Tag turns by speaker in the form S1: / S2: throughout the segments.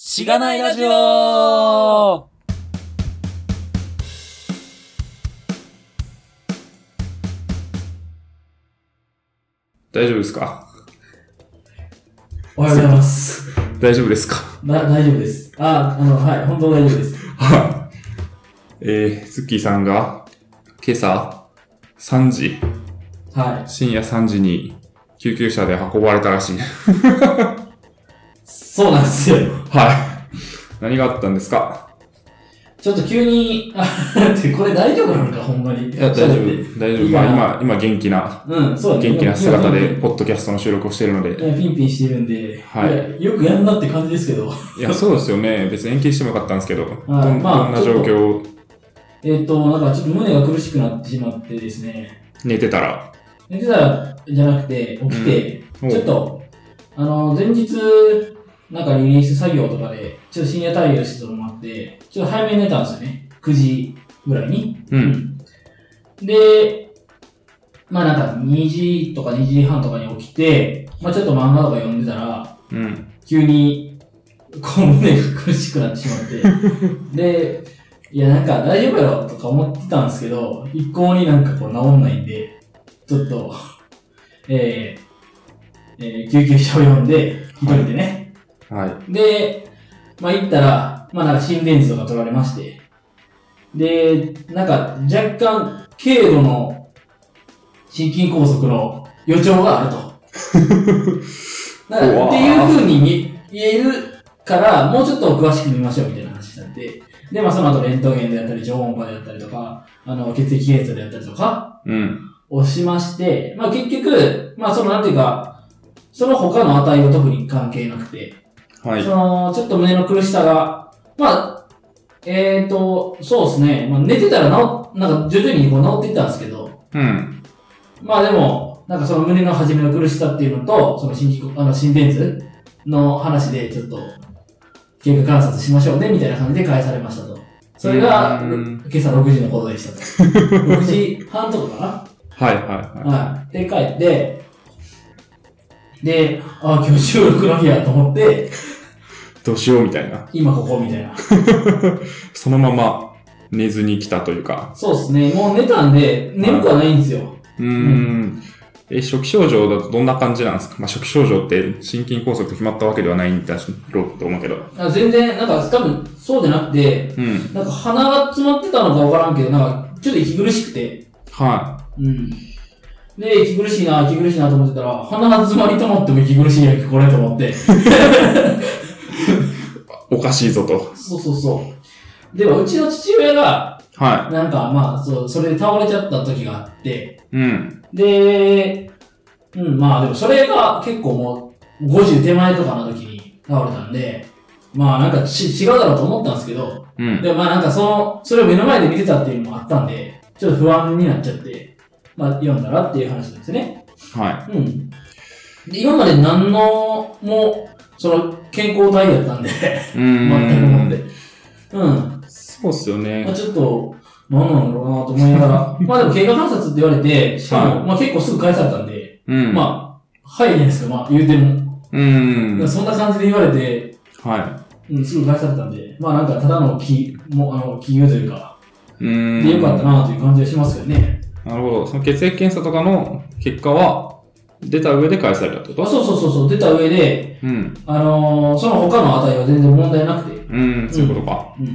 S1: しがないラジオ
S2: 大丈夫ですか
S3: おはようございます。
S2: 大丈夫ですか
S3: な、大丈夫です。あ、あの、はい、本当大丈夫です。
S2: はい。えー、ズッキーさんが、今朝、3時、
S3: は
S2: 深夜3時に、救急車で運ばれたらしい。
S3: い。そうなんですよ。
S2: はい。何があったんですか
S3: ちょっと急に、あ、ってこれ大丈夫なのか、ほんまに。
S2: いや、大丈夫。大丈夫。ま
S3: いや
S2: あ、今、今元気な、
S3: うん、そうだね
S2: 元気な姿
S3: 今
S2: で、
S3: ピン
S2: ポッドキャストの収録をしているの
S3: ピン
S2: で。
S3: いやピンピンしてるんで、
S2: はい
S3: いやよくやんなって感じですけど、
S2: いや、そうですよね。別に延期してもよかったんですけど、どん
S3: まあ
S2: どんな状況、
S3: えっ、と、なんかちょっと胸が苦しくなってしまってですね、
S2: 寝てたら。
S3: 寝てたらじゃなくて、起きて、
S2: もう
S3: ちょっと、あの、前日、なんかリリース作業とかで、ちょっと深夜対応してたのもあって、ちょっと早めに寝たんですよね。9時ぐらいに。
S2: うん。
S3: で、まあなんか2時とか2時半とかに起きて、まあちょっと漫画とか読んでたら、
S2: うん。
S3: 急に、こう胸が苦しくなってしまって、で、いやなんか大丈夫やろとか思ってたんですけど、一向になんかこう治んないんで、ちょっと、 えーえー救急車を呼んで、一人でね。
S2: はい。
S3: で、まあ行ったら、まあなんか心電図とか取られまして、で、なんか若干、軽度の心筋梗塞の予兆があると。
S2: うわー
S3: なんかっていう風に見言えるから、もうちょっと詳しく見ましょうみたいな話になって、で、まあその後レントゲンであったり、超音波であったりとか、あの、血液検査であったりとか、
S2: うん。
S3: をしまして、まあ結局、まあそのなんていうか、その他の値は特に関係なくて、
S2: はい
S3: そ。の、ちょっと胸の苦しさが、まあ、えっ、ー、と、そうですね、まあ、寝てたら治っ、なんか徐々にこう治っていったんですけど、
S2: うん。
S3: まあでも、なんかその胸の初めの苦しさっていうのと、その心筋あの心電図の話で、ちょっと、経過観察しましょうね、みたいな感じで返されましたと。それが、
S2: うん
S3: 今朝6時のことでしたと。6時 半とかかな
S2: はいはいは
S3: はい。で、帰って、で、ああ、今日収録の日やと思って、
S2: い。どうしようみたいな。
S3: 今ここみたいな。
S2: そのまま寝ずに来たというか。
S3: そうですね。もう寝たんで、眠くはないんですよ。
S2: うーん。え、初期症状だとどんな感じなんですかまあ、初期症状って心筋梗塞と決まったわけではないんだろうと思うけど。
S3: あ全然、なんか多分そうじゃなくて、
S2: うん。
S3: なんか鼻が詰まってたのかわからんけど、なんかちょっと息苦しくて。
S2: は
S3: うん。で、息苦しいな、息苦しいなと思ってたら、鼻が詰まりと思っても息苦しいやんけ、これと思って。
S2: い。おかしいぞと。
S3: そうそうそう。でも、うちの父親が、
S2: は
S3: なんかまあ、そう、それで倒れちゃった時があって、
S2: い。うん。
S3: で、うん、まあでもそれが結構もう50手前とかの時に倒れたんで、まあなんかち違うだろうと思ったんですけど、
S2: うん。
S3: で、まあなんかその、それを目の前で見てたっていうのもあったんで、ちょっと不安になっちゃって、まあ読んだらっていう話なんですね。
S2: は
S3: うん。で、今まで何の、もう、その、健康体だったんで、
S2: い。うーん。
S3: 全くもって。うん。
S2: そうっすよ
S3: まあ
S2: ね。
S3: ちょっと、何なんだろうなと思い ながら、まあでも経過観察って言われて、しかも、
S2: は
S3: まあ結構すぐ返されたんで、
S2: うん。あ。
S3: まあ、早いじゃないですか、まあ言うても。
S2: うーん。
S3: そんな感じで言われて、
S2: は
S3: うん、すぐ返されたんで、まあなんかただの気、もうあの、気憂というか、
S2: い。うーん。
S3: でよかったなという感じがしますけどね。
S2: なるほど。その血液検査とかの結果は、出た上で返されたってこ
S3: あ
S2: と
S3: そうそうそうそう、出た上で、
S2: うん。
S3: あのーその他の値は全然問題なくて。
S2: うん。そういうことか。
S3: うん。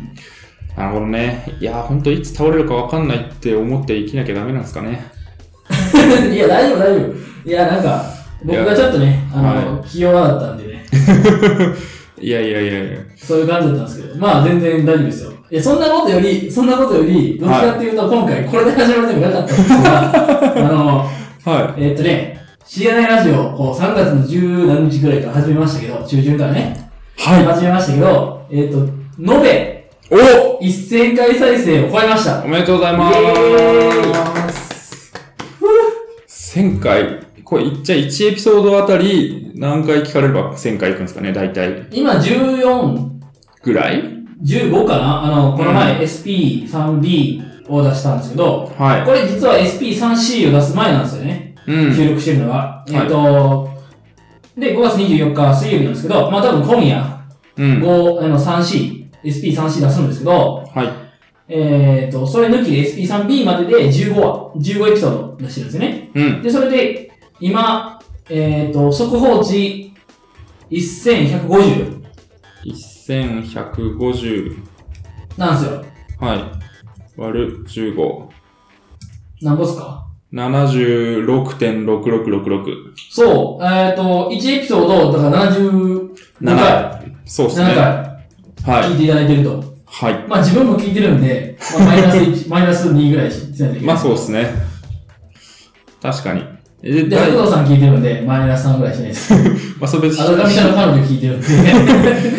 S2: なるほどね。いやー、ほんといつ倒れるかわかんないって思って生きなきゃダメなんですかね。
S3: いや、大丈夫、大丈夫。いや、なんか、僕がちょっとね、あの気弱だったんでね、
S2: いやいやいやいや。
S3: そういう感じだったんですけど、まあ全然大丈夫ですよ。いや、そんなことより、そんなことより、どっちかっていうと、今回これで始まってもよか ったんですが、あの
S2: は
S3: えっとね、知らないラジオ、こう3月の十何日くらいから始めましたけど、中旬からね、
S2: い。は
S3: 始めましたけど、えっ、と、延べ
S2: い。お
S3: 1000回再生を超えました。
S2: おめでとうございま
S3: イエ
S2: ーす。1000回。これ、いっちゃ1エピソードあたり何回聞かれれば1000回いくんですかね、大体。
S3: 今14、
S2: ぐらい
S3: 15かなあの、この前
S2: う
S3: SP3B を出したんですけど、
S2: は
S3: これ実は SP3C を出す前なんですよね。
S2: い。うん。
S3: 収録してるのは。
S2: い
S3: えっと、で、5月24日水曜日なんですけど、まあ多分今夜、
S2: うん。
S3: 5、あの 3C、SP3C 出すんですけど、
S2: はい。
S3: えっ、と、それ抜きで SP3B までで15話、15エピソード出してるんですよね。
S2: うん。
S3: で、それで、今、えっ、と、速報値1150
S2: 1150。
S3: なんですよ。
S2: はい。割る15。
S3: なんぼっすか
S2: 76.6666。
S3: そう、えっ、と、1エピソード、だから70、
S2: 7
S3: 回
S2: そうですね。
S3: 7回
S2: は
S3: 聞
S2: い。
S3: いていただいてると。
S2: はい。
S3: まあ自分も聞いてるんで、まあ、マイナス1、マイ ナス2ぐらいしないといけない
S2: まあそうですね。確かに。え、
S3: で、
S2: 第
S3: 白
S2: ま
S3: 道さん聞いてるんで、マイナス3ぐらいしないです。
S2: あそれ別
S3: あの、神ちゃん
S2: に、
S3: の彼女聞い てるんで。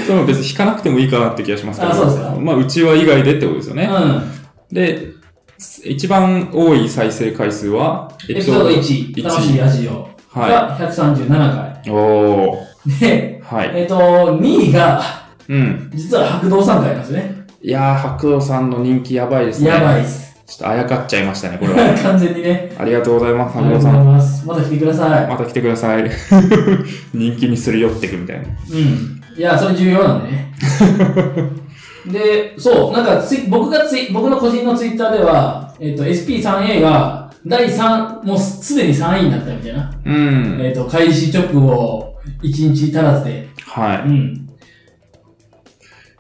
S2: それも別に引かなくてもいいかなって気がしますけど。
S3: あそうですか
S2: まあ、うちは以外でってことですよね。
S3: う
S2: で、一番多い再生回数は、
S3: ん。エピソード1、楽しいラジオ
S2: 1は
S3: が137
S2: い。おー。
S3: 回。で、
S2: はい。
S3: えっ、と、2位が、
S2: うん。
S3: 実は白道さん回なんですよね。
S2: いやー、白道さんの人気やばいですね。
S3: やばいっす。
S2: ちょっとあやかっちゃいましたね、これ は。
S3: 完全にね。
S2: ありがとうございます、
S3: あり
S2: 白
S3: が
S2: 道
S3: とう
S2: さ
S3: ござい
S2: ん。
S3: ます。また来てください。
S2: また来てください。 人気にすり寄ってくみたいな。
S3: うん。いや、それ重要なんでね。で、そう、なんかツイ、僕がツイ、僕の個人のツイッターでは、えっ、と、SP3A が、第3、もうすでに3位になったみたいな。
S2: うん。
S3: えっ、と、開始直後、1日足らずで。
S2: は
S3: うん。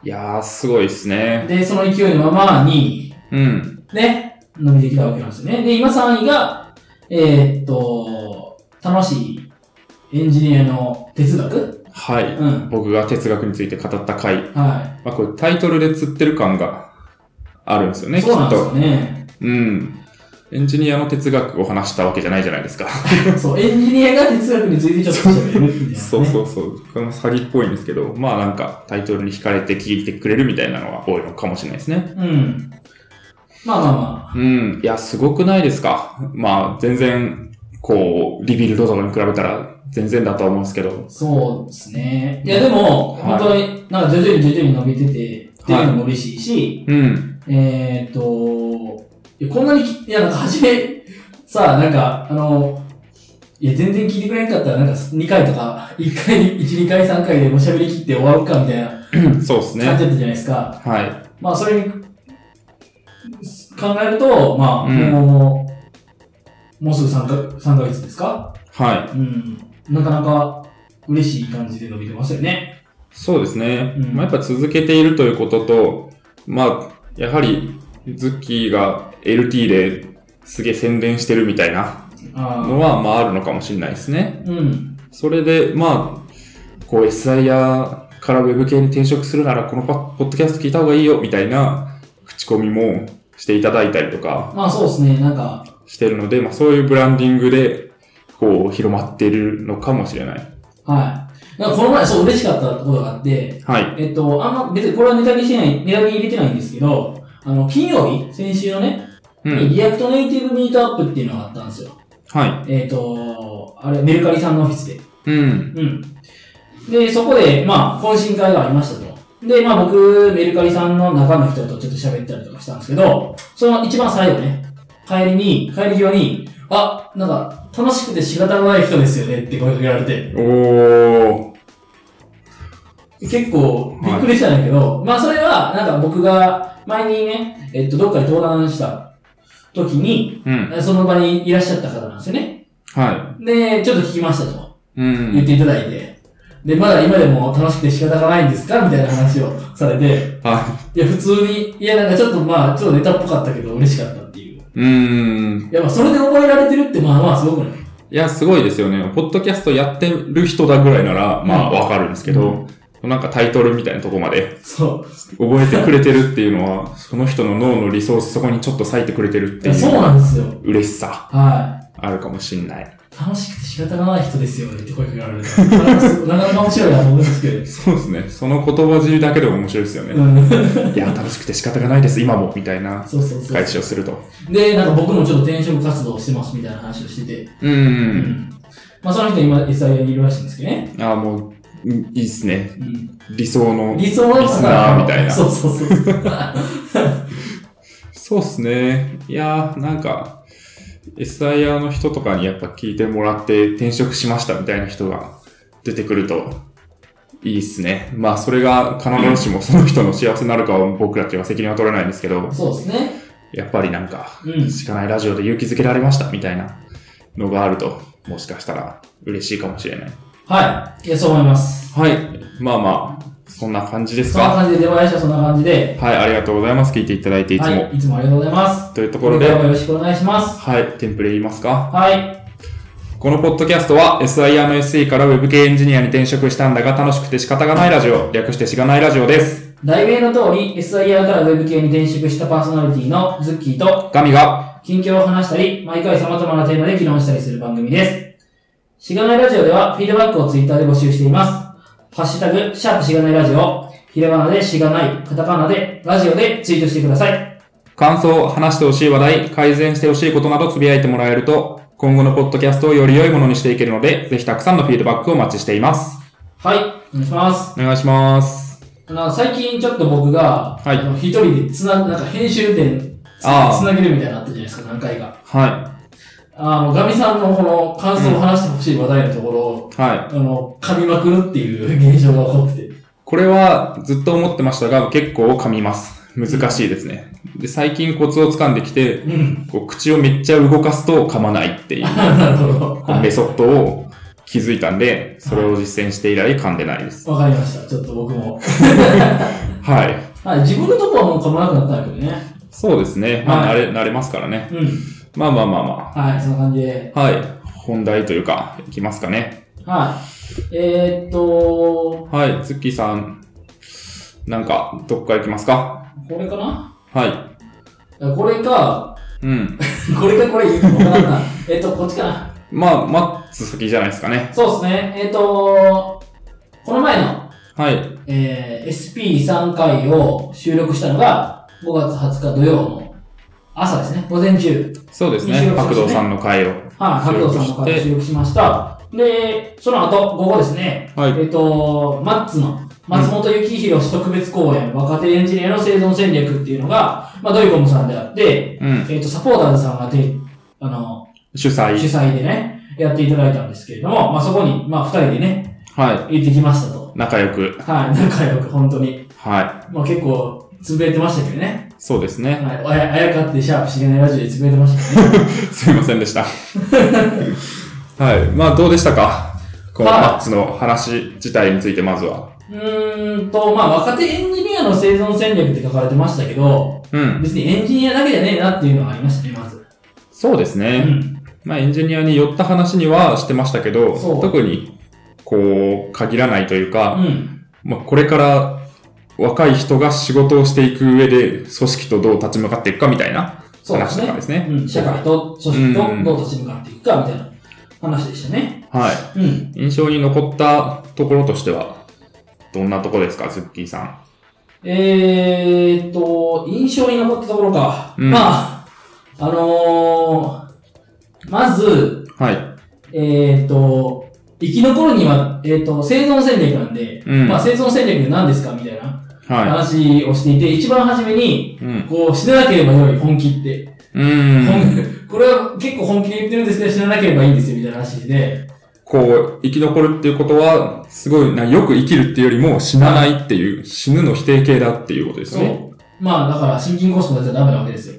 S2: い。いやー、すごいですね。
S3: で、その勢いのまま2位、
S2: うん。
S3: ね、伸びてきたわけなんですよね。で、今3位が、えっ、と、楽しいエンジニアの哲学
S2: はい。
S3: うん。
S2: 僕が哲学について語った回。
S3: は
S2: まあ、これタイトルで釣ってる感があるんですよ
S3: い。
S2: ね、きっ
S3: そうなんですよ
S2: と。
S3: ね。
S2: うん。エンジニアの哲学を話したわけじゃないじゃないです か。
S3: そう、エンジニアが哲学についてちょっと喋るみたいな、ね。
S2: そうそうそう。これも詐欺っぽいんですけど、まあなんかタイトルに惹かれて聞いてくれるみたいなのは多いのかもしれないですね。
S3: う。うん。まあまあま
S2: うん。いや、すごくないですか。まあ、全然、こう、リビルドとかに比べたら全然だとは思うんですけど。
S3: あ、そうですね。いや、でも、
S2: はい
S3: 本当に、なんか徐々に徐々に伸びてて、って
S2: はい
S3: いうのも嬉しいし、
S2: うん。
S3: えーっと、いやこんなにき、いや、なんか初め、さあ、なんか、あの、いや、全然聞いてくれなかったら、なんか2回とか、1回、1、2回、3回でもう喋り切って終わるかみたいな感
S2: そうです
S3: じだった
S2: ね。
S3: じゃないですか。
S2: はい。
S3: まあ、それに考えると、まあ、
S2: うん
S3: もう、もうすぐ3か三ヶ月ですか
S2: はい。
S3: うん。なかなか嬉しい感じで伸びてますよね。
S2: そうですね。
S3: うん
S2: まあ、やっぱ続けているということと、まあ、やはり、ズッキーが LT ですげえ宣伝してるみたいな
S3: あ
S2: のは、まあ、あるのかもしれないですね。
S3: あ。うん。
S2: それで、まあ、こう SI やからウェブ系に転職するなら、このパポッドキャスト聞いた方がいいよ、みたいな口コミもしていただいたりとか、
S3: まあ、そうですね。なんか、
S2: してるので、まあ、そういうブランディングで、こう、広まっているのかもしれない。
S3: はい。なんかこの前、そう、嬉しかったことがあって、
S2: はい。
S3: えっと、あんま、別にこれはネタにしてない、ネタに入れてないんですけど、あの、金曜日、先週のね、
S2: うん。
S3: リアクトネイティブミートアップっていうのがあったんですよ。
S2: は
S3: えっと、あれ、メルカリさんのオフィスで。
S2: い。うん。
S3: うん。で、そこで、まあ、懇親会がありましたと。で、まあ僕、メルカリさんの中の人とちょっと喋ったりとかしたんですけど、その一番最後ね、帰りに、帰り際に、あ、なんか、楽しくて仕方がない人ですよねって声かけられて、
S2: おー。
S3: 結構びっくりしたんだけど、まあそれは、なんか僕が前にね、えっと、どっかで登壇した時に、
S2: うん。
S3: その場にいらっしゃった方なんですよね。
S2: は
S3: で、ちょっと聞きましたと。
S2: い。うん。
S3: 言っていただいて、で、まだ今でも楽しくて仕方がないんですかみたいな話をされて、
S2: はい
S3: や、普通に、いや、なんかちょっとまあ、ちょっとネタっぽかったけど嬉しかったっていう。
S2: い。うん。
S3: いや、まあ、それで覚えられてるって、まあまあ、すごくない。
S2: いや、すごいですよね。ポッドキャストやってる人だぐらいなら、まあ、
S3: うん
S2: わかるんですけど、なんかタイトルみたいなとこまで
S3: そう。
S2: 覚えてくれてるっていうのは、その人の脳のリソースそこにちょっと割いてくれてるっ
S3: い
S2: てい
S3: や、そう
S2: う
S3: なんですよ。
S2: 嬉しさ
S3: は
S2: あるかもしんない。
S3: い。楽しくて仕方がない人ですよねって声かけられる。なかなかすなかなか面白いなと思うんですけど。
S2: そうですね。その言葉尻だけでも面白いですよね。
S3: うん。
S2: いや、楽しくて仕方がないです、今も、みたいな
S3: そうそうそ
S2: 返
S3: う。
S2: しをすると。
S3: で、なんか僕もちょっと転職活動してますみたいな話をしてて。
S2: う。
S3: うんまあ、その人今、SIA にいるらしいんですけどね。
S2: ああ、もう、いいいっすね。
S3: うん。
S2: 理想の。
S3: 理想の
S2: リスナーみたいな
S3: そうそうそう。
S2: そうっすね。いやー、なんか、SIR の人とかにやっぱ聞いてもらって転職しましたみたいな人が出てくると、いいっすね。まあ、それが必ずしもその人の幸せになるかは僕たちは責任は取れないんですけど、
S3: そうですね。
S2: やっぱりなんか、
S3: うん。
S2: しかないラジオで勇気づけられましたみたいなのがあると、もしかしたら嬉しいかもしれない。
S3: はい。いや、そう思います。
S2: はい。まあまあ、そんな感じです
S3: そんな
S2: か。
S3: 感じで、出囃子はそんな感じで、
S2: はい、ありがとうございます。聞いていただいていつも。
S3: はい。いつもありがとうございます。
S2: というとこ
S3: こ
S2: ろ
S3: れ
S2: で、
S3: からもよろしくお願いします。
S2: はい、テンプレ言いますか。
S3: はい。
S2: このポッドキャストは SIR の SE から Web 系エンジニアに転職したんだが楽しくて仕方がないラジオ、略してしがないラジオです。
S3: 題名の通り、SIR から Web 系に転職したパーソナリティのズッキーと、
S2: ガミが、
S3: 近況を話したり、毎回様々なテーマで議論したりする番組です。しがないラジオでは、フィードバックを Twitter で募集しています。ハッシュタグ、シャープしがないラジオ、ひらがなでしがない、カタカナで、ラジオでツイートしてください。
S2: 感想、話してほしい話題、改善してほしいことなどつぶやいてもらえると、今後のポッドキャストをより良いものにしていけるので、ぜひたくさんのフィードバックをお待ちしています。
S3: はい、お願いします。
S2: お願いします。
S3: あの最近ちょっと僕が、
S2: はい
S3: あの一人でつな、なんか編集点つな
S2: あー
S3: つなげるみたいなのあったじゃないですか、何回か。
S2: は
S3: あの、ガミさんのこの感想を話してほしい話題のところを、
S2: い。はい。
S3: あの、噛みまくるっていう現象が起こってて。
S2: これはずっと思ってましたが、結構噛みます。難しいですね。で、最近コツをつかんできて、
S3: うん。
S2: こう口をめっちゃ動かすと噛まないっていう。
S3: なるほど。
S2: このメソッドを気づいたんで、それを実践して以来噛んでないです。
S3: わかりました。ちょっと僕も。
S2: はい。
S3: はい、自分のとこはもう噛まなくなったんだけどね。
S2: そうですね。まあ、
S3: は
S2: 慣
S3: い
S2: れ、慣れますからね。
S3: うん。
S2: まあまあまあま
S3: はい、そんな感じで。
S2: あ。はい。本題というか、いきますかね。
S3: はい。えー、っと、
S2: はい。ズッキーさん、なんか、どっか行きますか
S3: これかな
S2: は
S3: これか、
S2: い。うん。
S3: これかこれ言うのかわからんな。 えっと、こっちかな。
S2: まあ、マッツ先じゃないですかね。
S3: そうですね。えっ、とこの前の、
S2: はい。
S3: えー SP3 回を収録したのが、5月20日土曜の朝ですね。午前中。
S2: そうです
S3: 収
S2: ね。
S3: 録しま
S2: 白道
S3: したね
S2: さんの回を。
S3: は
S2: 収
S3: い、白
S2: 録
S3: 道さんの回を
S2: して
S3: 収録しました。で、その後、午後ですね。
S2: はい
S3: えっ、とマッツの、松本幸宏氏特別講演、若手エンジニアの生存戦略っていうのが、まあ、ドイコムさんであって、
S2: うん。
S3: えっ、と、サポーターズさんがて、あの、
S2: 主
S3: 主
S2: 催。
S3: 催でね、やっていただいたんですけれども、まあ、そこに、まあ、二人でね、
S2: は
S3: 行ってきましたと。
S2: い。仲良く。
S3: はい、仲良く、本当に。
S2: は
S3: まあ結構、潰れてましたけどね
S2: い。。そうですね。
S3: はい、あやあやかってシャープしげないラジオで潰れてましたけどね。
S2: すいませんでした。 はい。まあ、どうでしたかこの
S3: はい
S2: マッツの話自体について、まずは。
S3: うーんと、まあ若手エンジニアの生存戦略って書かれてましたけど、
S2: うん。
S3: 別にエンジニアだけじゃねえなっていうのはありましたね、まず。
S2: そうです
S3: う
S2: ね。
S3: ん。
S2: まあ、エンジニアに寄った話にはしてましたけど
S3: そう、
S2: 特に、こう、限らないという
S3: う
S2: か、
S3: ん。
S2: まあ、これから若い人が仕事をしていく上で、組織とどう立ち向かっていくかみたいな
S3: そうで
S2: 話
S3: す
S2: とか
S3: ね
S2: で。すね。
S3: うん、社会と組織とどう立ち向かっていくかみたいな話でしたね。
S2: は
S3: うん。
S2: い。印象に残ったところとしては、どんなとこですか、ズッキーさん。
S3: えーっと、印象に残ったところか。
S2: うん
S3: まあ、あのー、まず、
S2: はい。
S3: えっ、と、生き残るには、えっ、と、生存戦略なんで、
S2: うん
S3: まあ生存戦略何ですかみたいな
S2: は
S3: 話をしていて、一番初めに、
S2: い。うん。
S3: こう、死ななければよい、本気って。
S2: うーん。
S3: 本 これは結構本気で言ってるんですけど、死ななければいいんですよ、みたいな話で。
S2: こう、生き残るっていうことは、すごいな、よく生きるっていうよりも死なないっていう、死ぬの否定形だっていうことですね。
S3: う。まあ、だから、心筋梗塞だっちゃダメなわけで すよ。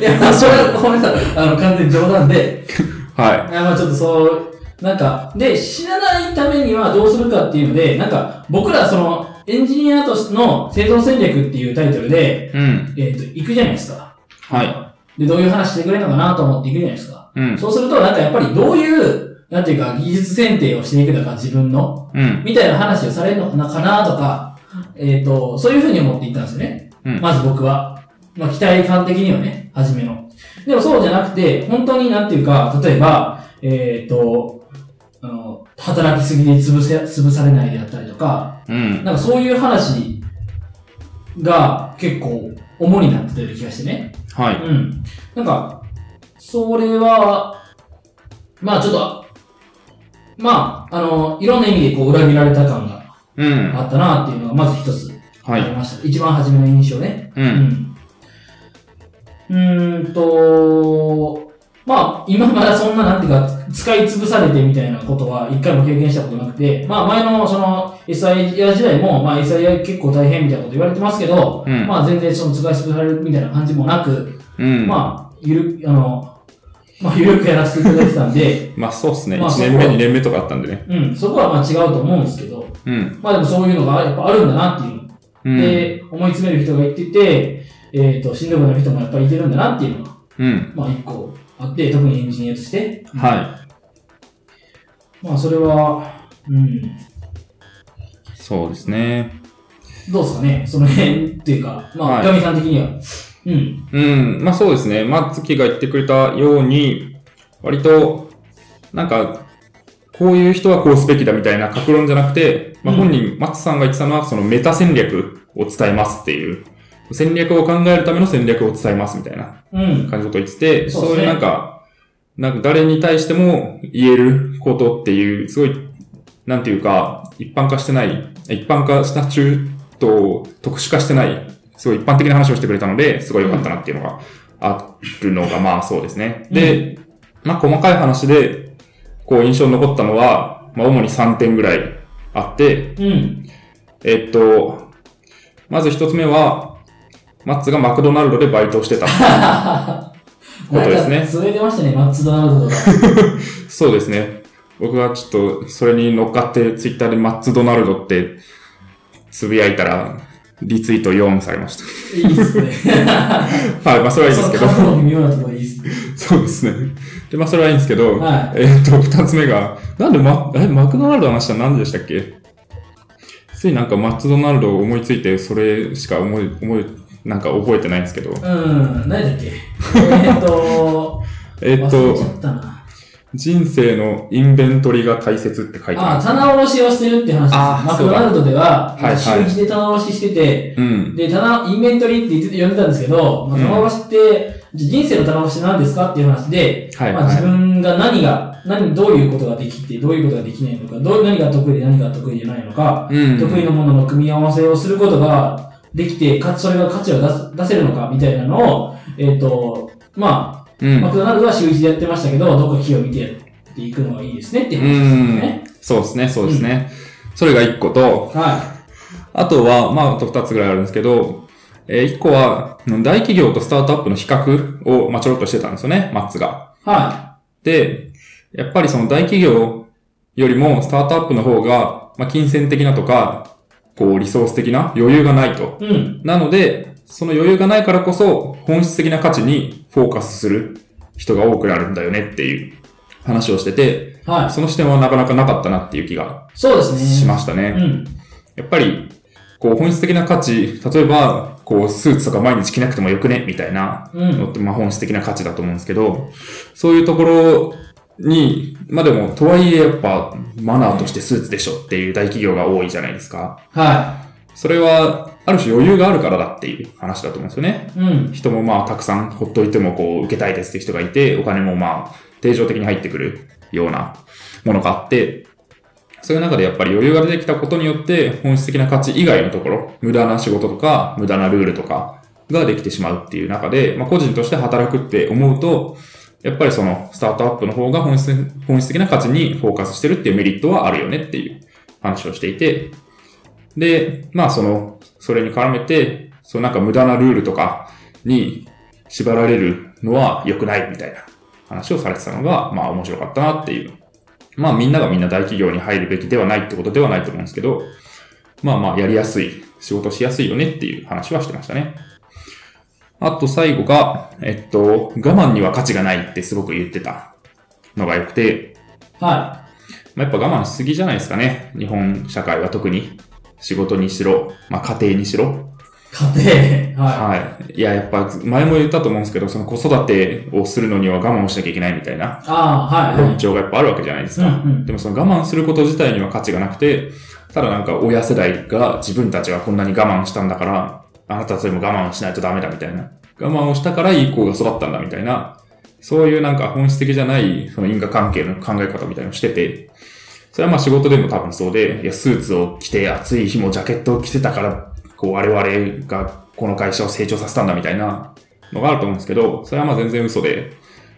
S3: いや、まあ、それは、ごめんなさい。あの、完全に冗談で、
S2: はい。
S3: あまあちょっとそう、なんか、で、死なないためにはどうするかっていうので、なんか、僕らその、エンジニアとしての生存戦略っていうタイトルで、
S2: うん。
S3: えっ、と、行くじゃないですか。。
S2: はい
S3: で、どういう話してくれるのかなと思って行くじゃないですか。
S2: うん。
S3: そうすると、なんかやっぱりどういう、なんていうか、技術選定をしていくのか、自分の、
S2: うん。
S3: みたいな話をされるのかなとか、えっ、と、そういうふうに思って行ったんですよね。
S2: うん。
S3: まず僕は。まあ、期待感的にはね、初めの。でもそうじゃなくて、本当になんていうか、例えば、えっ、と、あの、働きすぎで潰せ、潰されないであったりとか、
S2: うん。
S3: なんかそういう話が結構主になってたような気がしてね。
S2: はい。
S3: うん。なんか、それは、まあちょっと、まあ、あの、いろんな意味でこう裏切られた感が
S2: うん。
S3: あったなっていうのがまず一つあ
S2: は
S3: り
S2: い。
S3: ました。一番初めの印象ね。
S2: うん。
S3: うん。うーんと、まあ、今まだそんな、なんていうか、使い潰されてみたいなことは一回も経験したことなくて、まあ前のその SIA 時代も、まあ SIA 結構大変みたいなこと言われてますけど、
S2: うん
S3: まあ全然その使い潰されるみたいな感じもなく、
S2: うん。まあ、
S3: まあ、ゆる、あの、まあゆるくやらせていただいてたんで、
S2: そうっすね。
S3: まあ
S2: 1年目、2年目とかあったんでね。
S3: うん、そこはまあ違うと思うんですけど、
S2: うん。
S3: まあでもそういうのがやっぱあるんだなっていう
S2: うん。
S3: で、思い詰める人がいてて、えっ、と、しんどくなる人もやっぱりいてるんだなっていうのが、
S2: うん。
S3: まあ一個あって、特にエンジニアとして。
S2: は
S3: まあそれは、うん、
S2: い。そうですね。
S3: どうですかね、その辺っていうか、ま
S2: は
S3: あ、
S2: い
S3: ガミさん的には。うん。
S2: うん。まあそうですね。まあ、月が言ってくれたように、割と、なんか、こういう人はこうすべきだみたいな格論じゃなくて、まあ
S3: うん
S2: 本人、松さんが言ってたのは、そのメタ戦略を伝えますっていう。戦略を考えるための戦略を伝えますみたいな。
S3: うん。
S2: 感じのことを言ってて、
S3: そ
S2: そうう,、
S3: ですね
S2: いうなんか、なんか誰に対しても言えることっていう、すごい、なんていうか、一般化してない、一般化した中と特殊化してない、すごい一般的な話をしてくれたので、すごい良かったなっていうのがあるのが、まあそうですね。で、まあ細かい話で、こう印象に残ったのは、まあ主に3点ぐらいあって、
S3: うん。
S2: えっと、まず一つ目は、マッツがマクドナルドでバイトをしてた。ことですね
S3: なんかそれ出ましたね、マッツドナルドとか。
S2: そうですね。僕はちょっと、それに乗っかって、ツイッターでマッツドナルドって、つぶやいたら、リツイート4されまし
S3: いいですね。
S2: た。 はい、まあそれはいいんです
S3: その
S2: けど。
S3: 数の微妙なところいいですね。
S2: そうですね。で、まあそれはいいんですけど、
S3: は
S2: えーっと、二つ目が、なんでマ、え、マクドナルドの話は何でしたっけついなんかマッツドナルドを思いついて、それしか思い、思い、なんか覚えてないんですけど。
S3: うん。何だっけえっと、
S2: えーっ
S3: 忘れちゃ
S2: と、
S3: ったな。
S2: 人生のインベントリが大切って書いて
S3: あ
S2: あ
S3: あ、棚卸しをしてるって話です。
S2: あー
S3: マクドナルドでは、
S2: そうだはいはい
S3: 週一で棚卸ししてて、
S2: る。うん。
S3: で、棚、インベントリーって言って呼んでたんですけど、まあ、
S2: うん
S3: 棚卸しって、人生の棚卸しって何ですかっていう話で、
S2: はい
S3: まあ、
S2: はい
S3: 自分が何が、何、どういうことができて、どういうことができないのか、どう何が得意で何が得意じゃないのか、
S2: うん。
S3: 得意なものの組み合わせをすることができて、かつそれが価値を出す出せるのか、みたいなのを、えっ、と、まあ、
S2: うん
S3: マ。クドナルドは週一でやってましたけど、どっか企業見てやっていくのがいいですねっていう話ですよね。
S2: そうですね、そうですね。それが1個と、
S3: は
S2: あとは、まあ、あと2つぐらいあるんですけど、え1個は、うん大企業とスタートアップの比較を、まあ、ちょろっとしてたんですよね、マッツが。
S3: い。は
S2: で、やっぱりその大企業よりもスタートアップの方が、まあ、金銭的なとか、こう、リソース的な余裕がないと。
S3: い。うん。
S2: なので、その余裕がないからこそ、本質的な価値にフォーカスする人が多くなるんだよねっていう話をしてて、
S3: はい。
S2: その視点はなかなかなかったなっていう気が
S3: そうですね。
S2: しました
S3: う
S2: ね。
S3: ん。
S2: やっぱり、こう、本質的な価値、例えば、こう、スーツとか毎日着なくてもよくね、みたいな
S3: うん
S2: のって、まあ、本質的な価値だと思うんですけど、そういうところに、まあでも、とはいえやっぱ、マナーとしてスーツでしょっていう大企業が多いじゃないですか。
S3: は
S2: それは、ある種余裕があるからだっていう話だと思うんですよね。
S3: い。うん。
S2: 人もまあ、たくさんほっといても、こう、受けたいですっていう人がいて、お金もまあ、定常的に入ってくるようなものがあって、そういう中でやっぱり余裕が出てきたことによって、本質的な価値以外のところ、無駄な仕事とか、無駄なルールとかができてしまうっていう中で、まあ、個人として働くって思うと、やっぱりその、スタートアップの方が本質本質的な価値にフォーカスしてるっていうメリットはあるよねっていう話をしていて、で、まあその、それに絡めて、そのなんか無駄なルールとかに縛られるのは良くないみたいな話をされてたのが、まあ面白かったなっていう。まあみんながみんな大企業に入るべきではないってことではないと思うんですけど、まあまあやりやすい、仕事しやすいよねっていう話はしてましたね。あと最後が、えっと、我慢には価値がないってすごく言ってたのが良くて、
S3: は
S2: まあ、やっぱ我慢しすぎじゃないですかね。日本社会は特に。仕事にしろ、まあ家庭にしろ。
S3: い。家庭。は。
S2: はい。いや、やっぱ前も言ったと思うんですけど、その子育てをするのには我慢をしなきゃいけないみたいない
S3: ああ、はい。
S2: 論調がやっぱあるわけじゃないですか。
S3: うんうん
S2: でもその我慢すること自体には価値がなくて、ただなんか親世代が自分たちがこんなに我慢したんだから、あなたたちも我慢しないとダメだみたいな。我慢をしたからいい子が育ったんだみたいな。そういうなんか本質的じゃないその因果関係の考え方みたいなのをしてて、それはまあ仕事でも多分そうで、いや、スーツを着て暑い日もジャケットを着てたから、こう我々がこの会社を成長させたんだみたいなのがあると思うんですけど、それはまあ全然嘘で、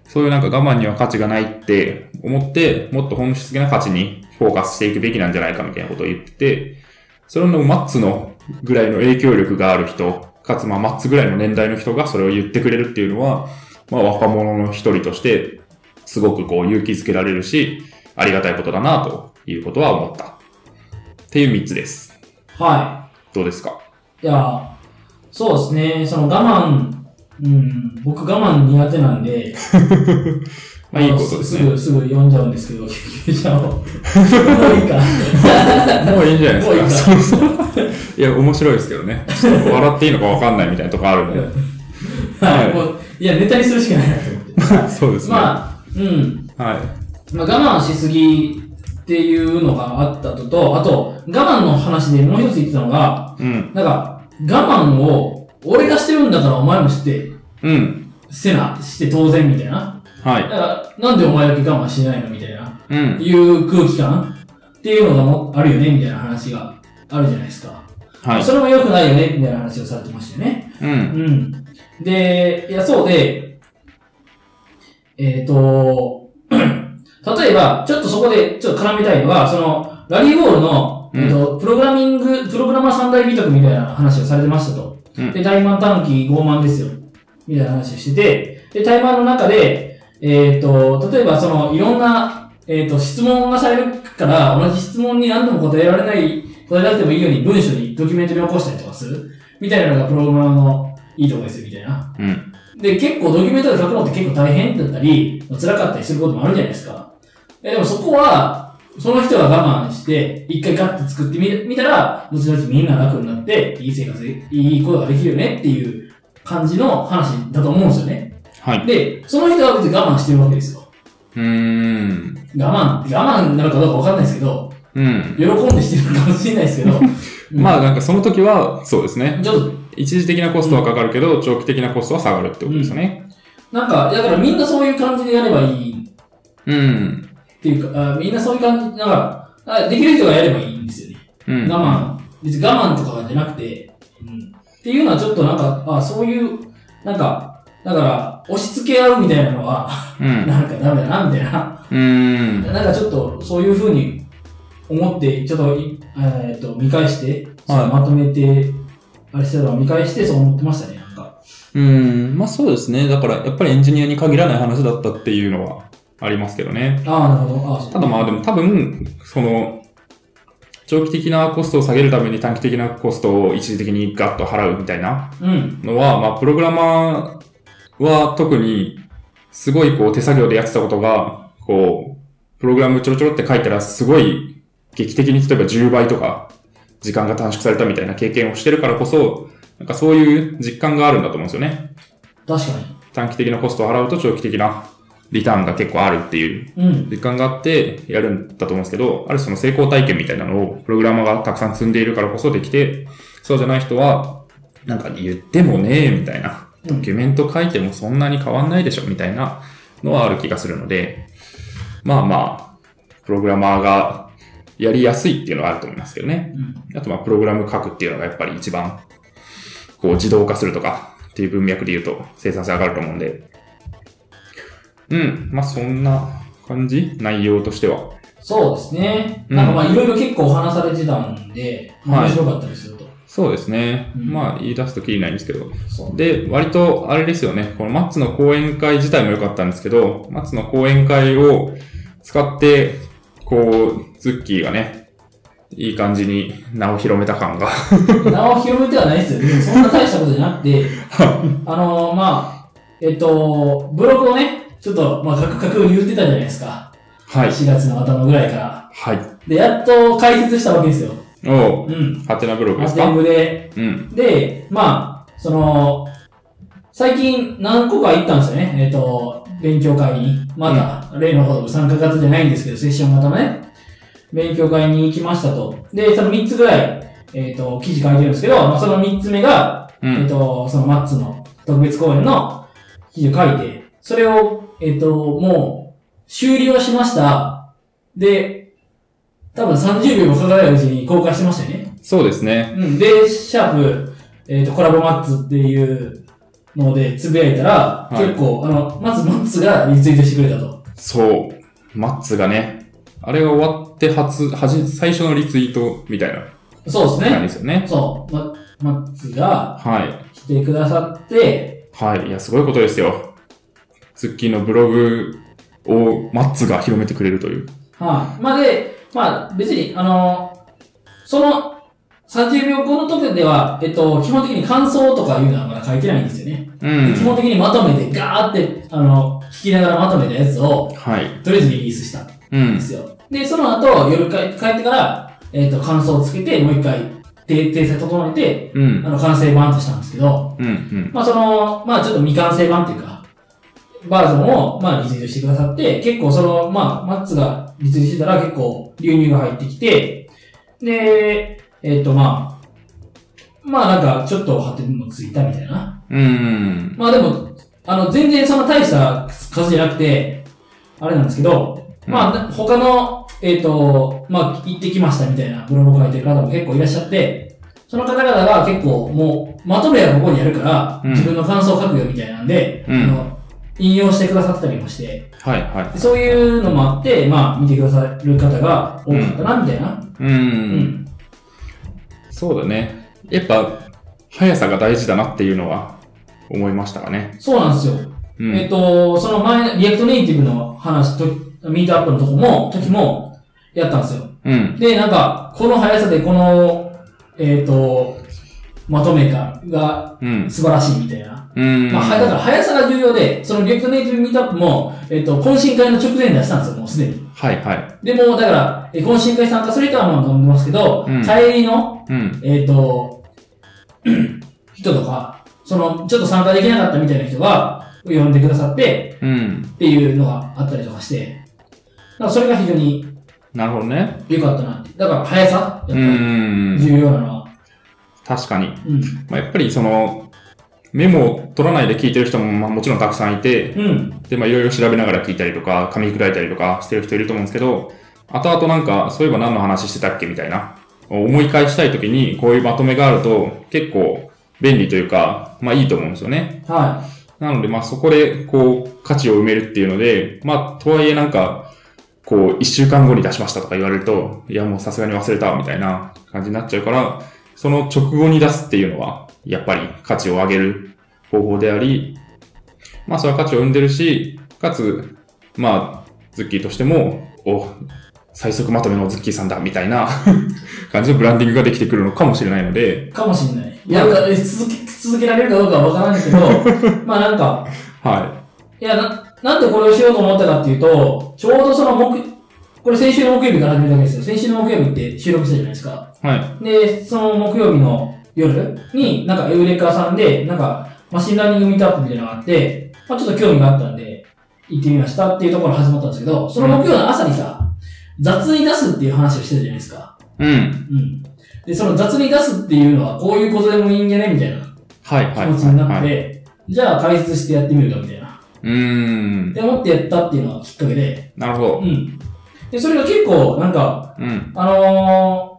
S2: そういうなんか我慢には価値がないって思って、もっと本質的な価値にフォーカスしていくべきなんじゃないかみたいなことを言ってて、それのマッツのぐらいの影響力がある人、かつまあマッツぐらいの年代の人がそれを言ってくれるっていうのは、まあ若者の一人として、すごくこう勇気づけられるし、ありがたいことだなということは思った。っていう3つです。
S3: はい。
S2: どうですか
S3: いや、そうですね、その我慢、うん、僕我慢苦手なんで、
S2: まあいいことですね。
S3: のすぐ、すぐ読んじゃうんですけど、救急車を。もういいか。
S2: もういいんじゃない
S3: もういい
S2: で
S3: か
S2: すか。そうそう いや、面白いですけどね。ちょっと笑っていいのかわかんないみたいなとこあるんで。
S3: はい。もう、いや、ネタにするしかないなと思って。
S2: そうですね。
S3: まあ、うん。
S2: はい。
S3: まあ、我慢しすぎっていうのがあったとと、あと、我慢の話でもう一つ言ってたのが、
S2: うん。
S3: なんか、我慢を、俺がしてるんだからお前もして、
S2: うん。
S3: せな、して当然みたいな。
S2: は
S3: だ
S2: い。
S3: から、なんでお前だけ我慢しないのみたいな。
S2: うん。
S3: いう空気感っていうのがもあるよねみたいな話があるじゃないですか。
S2: はい。
S3: それも良くないよねみたいな話をされてましたよね。
S2: うん。
S3: うん。で、いや、そうで、えっ、と、例えば、ちょっとそこでちょっと絡みたいのは、その、ラリーボールの、
S2: うん
S3: えっと、プログラミング、プログラマー三大美徳みたいな話をされてましたと。
S2: うん
S3: で、怠慢短期傲慢ですよ。みたいな話をしてて、で、怠慢の中で、えっ、と、例えばその、いろんな、えっ、と、質問がされるから、同じ質問に何度も答えられない、答えられてもいいように文書にドキュメントに起こしたりとかする。みたいなのがプログラマーのいいとこですよ、みたいな。
S2: うん。
S3: で、結構ドキュメントで書くのって結構大変だったり、辛かったりすることもあるじゃないですか。えでもそこは、その人が我慢して、一回ガッて作ってみ見たら、後々みんな楽になって、いい生活、いいことができるよねっていう感じの話だと思うんですよね。
S2: はい。
S3: で、その人は別に我慢してるわけですよ。
S2: うーん。
S3: 我慢、我慢なのかどうかわかんないですけど、
S2: うん。
S3: 喜んでしてるのかもしれないですけ ど、
S2: まあなんかその時は、そうですね。
S3: ちょっと、
S2: 一時的なコストはかかるけど、長期的なコストは下がるってことですよね。
S3: なんか、だからみんなそういう感じでやればいい
S2: うん。
S3: っていうか、あみんなそういう感じ、だから、あできる人がやればいいんですよね。
S2: うん。
S3: 我慢、別に我慢とかじゃなくて、うん、っていうのはちょっとなんか、あそういう、なんか、だから、押し付け合うみたいなのは、
S2: うん。
S3: なんかダメだな、みたいな。
S2: うん。
S3: なんかちょっと、そういうふうに思って、ちょっとい、えっと、見返して、
S2: はい
S3: まとめて、あれしてたのを見返して、そう思ってましたね、なんか。
S2: うん。まあそうですね。だからやっぱりエンジニアに限らない話だったっていうのはありますけどね。
S3: ああ、なるほど。ああ、そう
S2: ただまあでも多分、その、長期的なコストを下げるために短期的なコストを一時的にガッと払うみたいな
S3: うん。
S2: のは、まあプログラマーは特にすごいこう手作業でやってたことが、こう、プログラムちょろちょろって書いたらすごい劇的に例えば10倍とか時間が短縮されたみたいな経験をしてるからこそ、なんかそういう実感があるんだと思うんですよね。
S3: 確か
S2: 短期的なコストを払うと長期的なリターンが結構あるっていう
S3: に。うん。
S2: 時間があってやるんだと思うんですけど、あるその成功体験みたいなのをプログラマーがたくさん積んでいるからこそできて、そうじゃない人は、なんか言ってもねえみたいな、
S3: う
S2: ド
S3: ん
S2: キュメント書いてもそんなに変わんないでしょみたいなのはある気がするので、まあまあ、プログラマーがやりやすいっていうのはあると思いますけどね。
S3: うん。
S2: あとまあ、プログラム書くっていうのがやっぱり一番、こう自動化するとかっていう文脈で言うと生産性上がると思うんで。うん。まあ、そんな感じ内容としては。
S3: そうですね。
S2: うん
S3: なんかまあ、いろいろ結構お話されてたんで、
S2: はい
S3: 面白かったりすると。
S2: そうですね。
S3: うん
S2: まあ、言い出すときりないんですけど。
S3: そう。
S2: で、割と、あれですよね。このマッツの講演会自体も良かったんですけど、マッツの講演会を使って、こう、ズッキーがね、いい感じに名を広めた感が。
S3: 名を広めてはないですよ。でもそんな大したことじゃなくて、あのまあ、えっと、ブログをね、ちょっと、まあ、カクカク言ってたじゃないですか。
S2: はい。
S3: 4月の頭ぐらいから。
S2: はい。
S3: で、やっと解説したわけですよ。
S2: おう、
S3: うん。
S2: ハテナブログで
S3: ア
S2: す
S3: テン
S2: か
S3: ブで。
S2: うん。
S3: で、まあ、その、最近何個か行ったんですよね。えっと、勉強会に。まだ、例のほど参加型じゃないんですけど、セッション型のね、勉強会に行きましたと。で、その3つぐらい、えっと、記事書いてるんですけど、まあ、その3つ目が、
S2: う
S3: えっ
S2: ん。
S3: と、そのマッツの特別公演の記事を書いて、それを、えっと、もう、終了しました。で、多分30秒もかからないうちに公開してましたよね。
S2: そうですね。
S3: うん。で、シャープ、えっと、コラボマッツっていうのでつぶやいたら、
S2: はい
S3: 結構、あの、まずマッツがリツイートしてくれたと。
S2: そう。マッツがね、あれが終わって初、初、最初のリツイートみたいな
S3: そうで
S2: 感
S3: す
S2: じ
S3: ね。
S2: ですよね。
S3: そう。まマッツが
S2: はい。
S3: 来てくださって、
S2: はい。いや、すごいことですよ。ツッキーのブログをマッツが広めてくれるという。
S3: はい、まあで、まあ別に、あの、その30秒後の時では、えっと、基本的に感想とかいうのはまだ書いてないんですよね。
S2: う
S3: 基本
S2: ん。
S3: 的にまとめて、ガーって、あの、聞きながらまとめたやつを、
S2: はい。
S3: とりあえずリリースしたん
S2: う
S3: で
S2: ん。
S3: すよ。で、その後、夜帰帰ってから、えっと、感想をつけて、もう一回、訂訂正整えて、
S2: う
S3: あ
S2: ん。
S3: の、完成版としたんですけど、
S2: うん。うん。
S3: まあその、まあちょっと未完成版っていうか、バージョンを、まあ、リツイートしてくださって、結構その、まあ、マッツがリツイートしてたら結構流入が入ってきて、で、えっ、とまあ、まあなんかちょっとハテナもついたみたいな。
S2: うん。
S3: まあでも、あの、全然そんな大した数じゃなくて、あれなんですけど、まあ、な他の、えっ、と、まあ、行ってきましたみたいなブログを書いてる方も結構いらっしゃって、その方々が結構もう、まとめはここにやるから、
S2: うん
S3: 自分の感想を書くよみたいなんで、
S2: うん
S3: あの、引用してくださったりもして、
S2: はい、は
S3: でそういうのもあって、まあ、見てくださる方が多かったな、みたいな。
S2: い。う。。
S3: うん
S2: そうだね。やっぱ、速さが大事だなっていうのは思いましたかね。
S3: そうなんですよ。
S2: うん。
S3: えっと、その前、リアクトネイティブの話と、ミートアップのとこも、時も、やったんですよ。
S2: うん。
S3: で、なんか、この速さでこの、えっ、と、まとめ感が
S2: うん。
S3: 素晴らしいみたいな。
S2: うん。
S3: まあ、はだから速さが重要で、そのリアクトネイティブミートアップも、えっ、と、懇親会の直前に出したんですよ、もうすでに。
S2: はい、はい。
S3: でも、だから、えー懇親会参加する人はまあ飲んでますけど、
S2: うん
S3: 帰りの、
S2: うん。
S3: えっ、と、人とか、その、ちょっと参加できなかったみたいな人が、呼んでくださって、
S2: うん。
S3: っていうのがあったりとかして、だからそれが非常に
S2: なるほどね。
S3: 良かったなって。だから、速さ、やっぱ
S2: う
S3: り、
S2: ん。
S3: 重要なのは、
S2: 確かに。
S3: うん。
S2: まあ、やっぱりその、メモを取らないで聞いてる人も、まあ、もちろんたくさんいて、
S3: うん。
S2: で、まあ、いろいろ調べながら聞いたりとか、噛み砕いたりとかしてる人いると思うんですけど、後々なんか、そういえば何の話してたっけみたいな、思い返したい時に、こういうまとめがあると、結構、便利というか、まあ、いいと思うんですよね。
S3: は
S2: なので、まあ、そこで、こう、価値を埋めるっていうので、まあ、とはいえなんか、こう、一週間後に出しましたとか言われると、いや、もうさすがに忘れた、みたいな感じになっちゃうから、その直後に出すっていうのは、やっぱり価値を上げる方法であり、まあ、それは価値を生んでるし、かつ、まあ、ズッキーとしても、お、最速まとめのズッキーさんだ、みたいな 感じのブランディングができてくるのかもしれないので、
S3: い。かもしれない。いや、え続け、続けられるかどうかはわからないけど、 まあなんか、
S2: はい
S3: や、な、なんでこれをしようと思ったかっていうと、ちょうどその木、これ先週の木曜日から始めたわけですよ。先週の木曜日って収録したじゃないですか。
S2: い。はい。
S3: で、その木曜日の夜に、なんかエウレカさんで、なんか、マシンラーニングミートアップみたいなのがあって、まあちょっと興味があったんで、行ってみましたっていうところから始まったんですけど、その木曜の朝にさ、雑に出すっていう話をしてたじゃないですか。
S2: うん。
S3: うん。で、その雑に出すっていうのは、こういうことでもいいんじゃねみたいな
S2: はい、はい。
S3: 気持ちになっ
S2: はい、
S3: て、じゃあ解説してやってみるかみたいな。
S2: うーん。
S3: で、思ってやったっていうのがきっかけで、
S2: なるほど
S3: う。ん。で、それが結構、なんか、
S2: うん。
S3: あの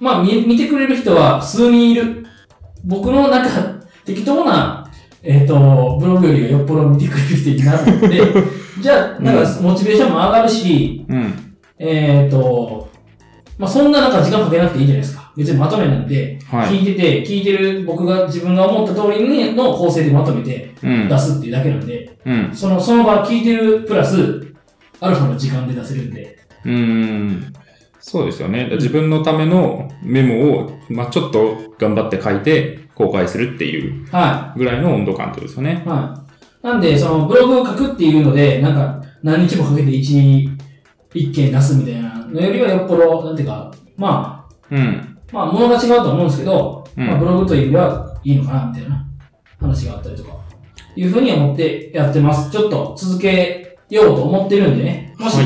S3: ーまあ見、見てくれる人は数人いる。僕のなんか、適当な、えっ、と、ブログよりよっぽど見てくれる人になるので、 じゃあ、なんか、モチベーションも上がるし、
S2: うん。
S3: えっ、と、まあ、そんななんか時間かけなくていいじゃないですか。別にまとめなんで、
S2: はい。
S3: 聞いてて、聞いてる僕が自分が思った通りにの構成でまとめて
S2: うん
S3: 出。すっていうだけなんで、
S2: うん。
S3: その、その場聞いてるプラス、アルファの時間で出せるんで。
S2: うーん。そうですよね。自分のためのメモを、まあちょっと頑張って書いて公開するっていう
S3: は
S2: ぐらいの温度感ってことですよね。
S3: い。はい。なんで、その、ブログを書くっていうので、なんか、何日もかけて一、一件出すみたいなのよりはよっぽど、なんていうか、ま
S2: うん。
S3: あ、まあ、物が違うとは思うんですけど、
S2: うん
S3: まあ、ブログというよりはいいのかな、みたいな話があったりとか、いうふうに思ってやってます。ちょっと続けようと思ってるんでね、もし、
S2: は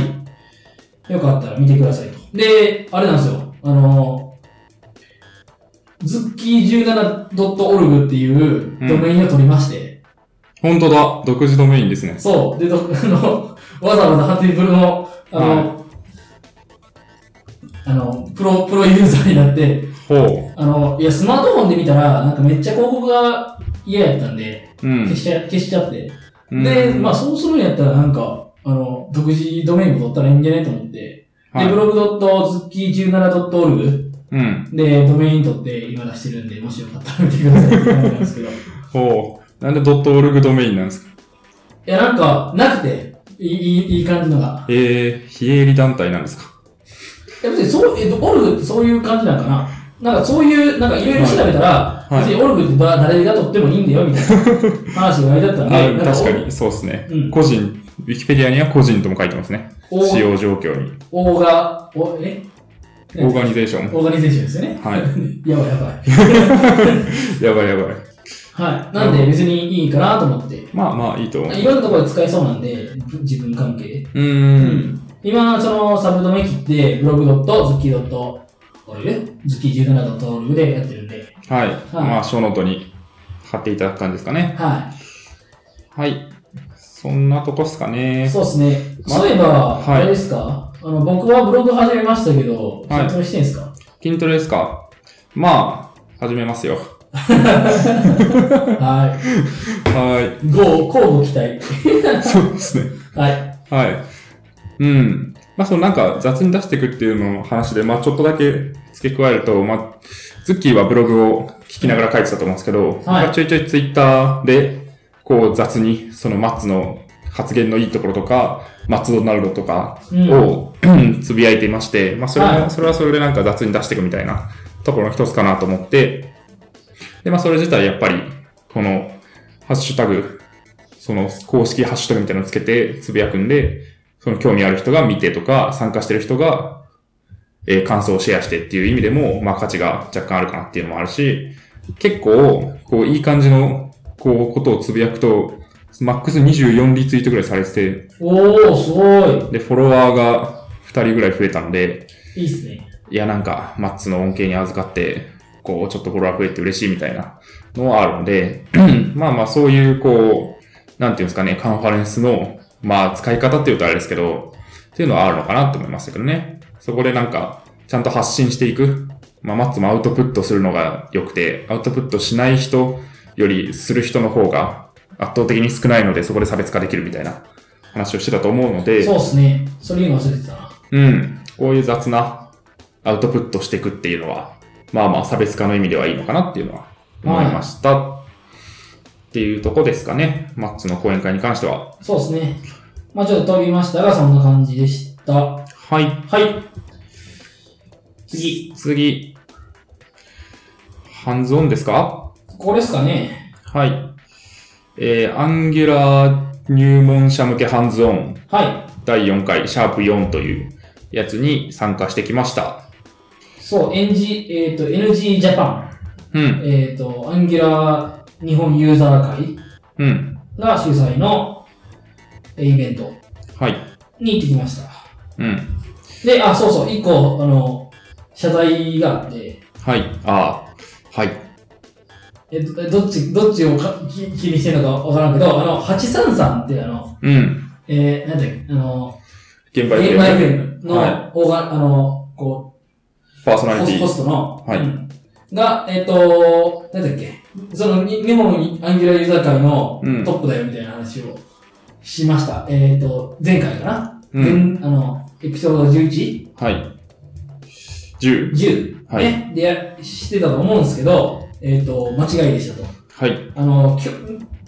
S3: よかったら見てくださいと。で、あれなんですよ、あの、ズッキー 17.org っていうドメインを取りまして、
S2: 本当だ。独自ドメインですね。
S3: そう、で、ど あの、わざわざハテブルの、あの、
S2: は
S3: あの、プロ、プロユーザーになって、
S2: ほ
S3: あの、いや、スマートフォンで見たら、なんかめっちゃ広告が嫌やったんで、
S2: うん
S3: 消。しちゃ、消しちゃって。
S2: うん
S3: で、まあ、そうするんやったらなんか、あの、独自ドメインも取ったらいいんじゃないと思って、
S2: はい
S3: で、ブログドットズッキー 17.org
S2: うん。
S3: で、ドメイン取って今出してるんで、もしよかったら見てくださいって感じな んですけど。い
S2: ほう。なんでドットオルグドメインなんですか
S3: や、なんか、なくて、いい、いいいい感じのが。
S2: えー、非営利団体なんですか
S3: え、別にそう、えっと、オルグってそういう感じなんかななんかそういう、なんかいろいろ調べたら、
S2: はいはい
S3: 別にオルグってば誰が取ってもいいんだよ、みたい な話が書いてあったん
S2: あ
S3: で、なんか
S2: 確かに、そうですね。
S3: うん
S2: 個人、ウィキペディアには個人とも書いてますね。
S3: おお
S2: 使用状況に。
S3: オーガ、おえ
S2: オーガニゼーション。
S3: オーガニゼーションですよね。
S2: はい。
S3: やばいやばい。
S2: やばいやばい。
S3: はい。なんで別にいいかなと思って。
S2: まあまあ、いいと思う。
S3: いろんなところで使えそうなんで、自分関係。
S2: う
S3: う
S2: ーん。。
S3: 今、そのサブドメ切って、ブログドット、ズッキードット、これズッキー17ドットオルグでやってるんで。
S2: はい。まあ、書ノートに貼っていただく感じですかね。
S3: は
S2: はい。そんなとこっすか
S3: い。
S2: ね。
S3: そうですね。
S2: ま
S3: そういえば、
S2: はい
S3: あれですかあの、僕はブログ始めましたけど、
S2: はい
S3: 筋トレしてんすか
S2: 筋トレですかまあ、始めますよ。
S3: は。
S2: はい
S3: ご、交互期待。
S2: い。そうですね。
S3: はい。
S2: はい。うん。まあ、そのなんか雑に出していくっていうのの話で、まあ、ちょっとだけ付け加えると、まあ、ズッキーはブログを聞きながら書いてたと思うんですけど、まあちょいちょいツイッターで、こう雑に、そのマッツの発言のいいところとか、マッツドナルドとか
S3: うん
S2: を つぶやいていまして、まあ、それ
S3: は
S2: も、
S3: い
S2: それはそれでなんか雑に出していくみたいなところの一つかなと思って、で、まあ、それ自体やっぱり、この、ハッシュタグ、その公式ハッシュタグみたいなのつけてつぶやくんで、その興味ある人が見てとか、参加してる人が、えー感想をシェアしてっていう意味でも、まあ価値が若干あるかなっていうのもあるし、結構、こう、いい感じの、こう、ことをつぶやくと、マックス24リツイートぐらいされてて、
S3: おー、すご
S2: で、フォロワーが2人ぐらい増えたので、
S3: い。いいっすね。
S2: いや、なんか、マッツの恩恵に預かって、こう、ちょっとフォロワー増えて嬉しいみたいなのはあるので、 まあまあ、そういう、こう、なんていうんですかね、カンファレンスの、まあ、使い方っていうとあれですけど、っていうのはあるのかなと思いましたけどね。そこでなんか、ちゃんと発信していく。まあ、マッツもアウトプットするのが良くて、アウトプットしない人よりする人の方が圧倒的に少ないので、そこで差別化できるみたいな話をしてたと思うので、
S3: そうっすね。それ言うの忘れてたな。
S2: うん。こういう雑なアウトプットしていくっていうのは、まあまあ差別化の意味ではいいのかなっていうのは思いました。っていうとこですかね。マッツの講演会に関しては。
S3: そうですね。まあちょっと飛びましたが、そんな感じでした。は
S2: はい。
S3: い。次。
S2: 次。ハンズオンですか
S3: ここですかね。
S2: はい。えー、アンギュラー入門者向けハンズオン
S3: は
S2: 第4回、シャープ4というやつに参加してきました。
S3: い。そう、NG、えっ、と、NG ジャパ
S2: うん、
S3: ン、えっ、と、アンギュラー日本ユーザー会
S2: うん。
S3: が主催のえーイベント
S2: はい。
S3: に行ってきました。
S2: うん。
S3: で、あ、そうそう、一個、あの、謝罪があって、
S2: はい。ああ。はい。
S3: えどえどっち、どっちをかき気にしてるのかわからんけど、あの、833ってあの、
S2: うん。
S3: えー、なんだっけ、あの、
S2: 現場
S3: マイ
S2: で
S3: フレームの、
S2: は
S3: オーガあの、こう、
S2: パーソナリ
S3: ホ
S2: テ
S3: ス
S2: ィ。
S3: ホストの、
S2: はい
S3: うんが、えっ、と、なんだっけ、その、に日本アンギュラユーザー会の
S2: うん
S3: トップだよみたいな話をしました。えっ、と、前回かな、
S2: うん。
S3: 前あの、エピソード 11?10?
S2: はい。10。はい
S3: ね。で、やしてたと思うんですけど、えっ、と、間違いでしたと。
S2: はい。
S3: あの、きょ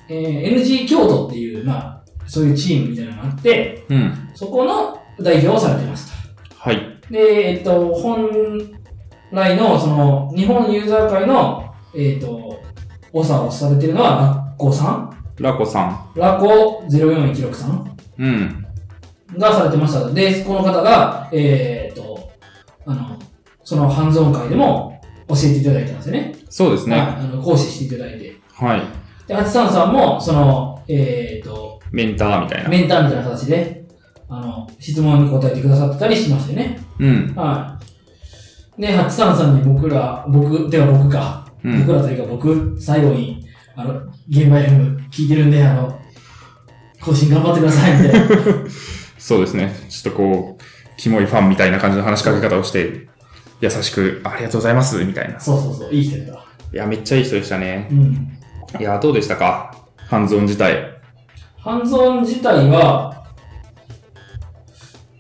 S3: えー NG 京都っていう、まあ、そういうチームみたいなのがあって、
S2: うん。
S3: そこの代表をされてました。
S2: はい。
S3: で、えっと、本来の、その、日本ユーザー会の、えっと、オサをされてるのは、ラッコさん
S2: ラコさん。
S3: ラコ0416さん
S2: うん。
S3: がされてました。で、この方が、えっと、あの、そのハンズオン会でも教えていただいてますよね。
S2: そうです
S3: はい
S2: ね。
S3: あの、講師していただいて。
S2: はい。
S3: で、ハチさんさんも、その、えっと、
S2: メンターみたいな。
S3: メンターみたいな形で、あの、質問に答えてくださってたりしましたよね。
S2: うん。
S3: はい。で、ハチさんさんに僕ら、僕、てか僕か、
S2: うん
S3: 僕。らというか僕、最後に、あの、現場 FM 聞いてるんで、あの、更新頑張ってください みたいな。
S2: そうですね。ちょっとこう、キモいファンみたいな感じの話しかけ方をして、優しく、ありがとうございます、みたいな。
S3: そうそうそう、いい人だっ
S2: い
S3: た。
S2: や、めっちゃいい人でしたね
S3: う。ん。
S2: いやー、どうでしたかハンズオン自体。
S3: ハンズオン自体は、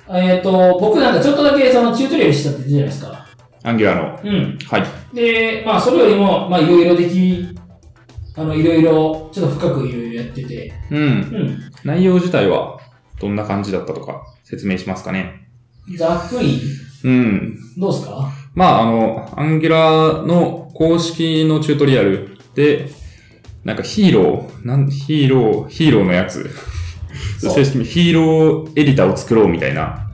S3: えっ、と、僕なんかちょっとだけそのチュートリアルしたって言ってたじゃないですか。
S2: アンギュラーの。
S3: うん。
S2: はい。
S3: で、まあ、それよりも、まあ、いろいろでき、あの、いろいろ、ちょっと深くいろいろやってて、
S2: うん。
S3: うん。
S2: 内容自体は、どんな感じだったとか、説明しますかね。
S3: ざっくり、
S2: うん。
S3: どうすか
S2: まあ、あの、アンギュラーの公式のチュートリアルで、なんかヒーロー、なんヒーロー、ヒーローのやつ。
S3: そう
S2: 正式にヒーローエディターを作ろうみたいな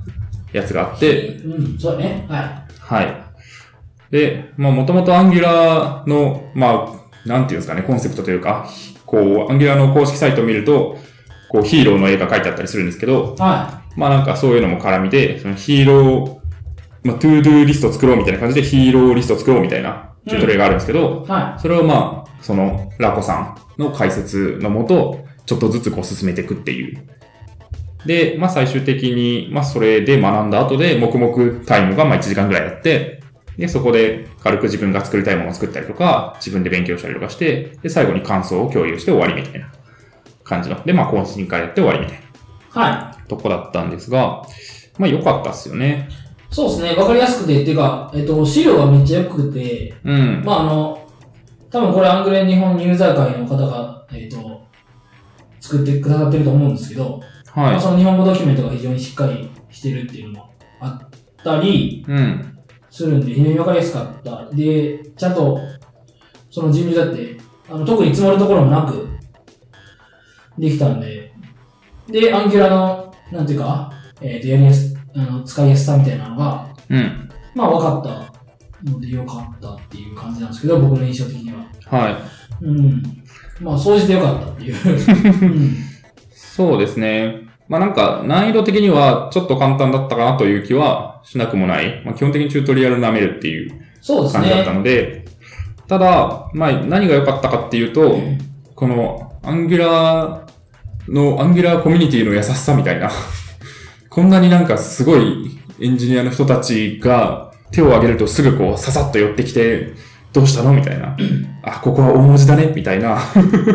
S2: やつがあって、
S3: うん、そうだね。は
S2: はい。で、まあ、もともとアンギュラーの、まあ、なんていうんですかね、コンセプトというか、こう、アンギュラーの公式サイトを見ると、こう、ヒーローの絵が書いてあったりするんですけど、
S3: い。は
S2: まあなんかそういうのも絡みで、そのヒーロー、まあ、トゥードゥーリスト作ろうみたいな感じでヒーローリスト作ろうみたいなチュートリアルがあるんですけど、
S3: い。は
S2: それをまあ、その、ラコさんの解説のもと、ちょっとずつこう進めていくっていう。で、まあ最終的に、まあそれで学んだ後で、黙々タイムがまあ1時間ぐらいやって、で、そこで軽く自分が作りたいものを作ったりとか、自分で勉強したりとかして、で、最後に感想を共有して終わりみたいな感じの。で、まあ懇親会やって終わりみたいな。
S3: い。は
S2: とこだったんですが、まあ良かったっすよね。
S3: い。そうですね。わかりやすくて、っていうか、えっと、資料がめっちゃ良くて、
S2: うん。
S3: まあ、あの、多分これアングレ日本ユーザー会の方が、えっと、作ってくださってると思うんですけど、まあ
S2: は
S3: その日本語ドキュメントが非常にしっかりしてるっていうのもあったり
S2: い。うん。
S3: するんで、非常にわかりやすかった。で、ちゃんと、その人流だって、あの特に積もるところもなく、できたんで、で、アンキュラの、なんていうか、えっ、と、やりやす、あの、使いやすさみたいなのが、
S2: うん。
S3: まあ、分かったので、よかったっていう感じなんですけど、僕の印象的には。
S2: はい。
S3: うん。まあ、掃除でよかったっていう。うん。
S2: そうですね。まあなんか難易度的にはちょっと簡単だったかなという気はしなくもない。まあ基本的にチュートリアル舐めるっていう
S3: そうです
S2: 感じだった
S3: ね。
S2: ので、ただ、まあ何が良かったかっていうと、このアンギュラーの、アンギュラーコミュニティの優しさみたいな。 こんなになんかすごいエンジニアの人たちが手を挙げるとすぐこうささっと寄ってきて、どうしたのみたい な。あ、ここは大文字だねみたいな。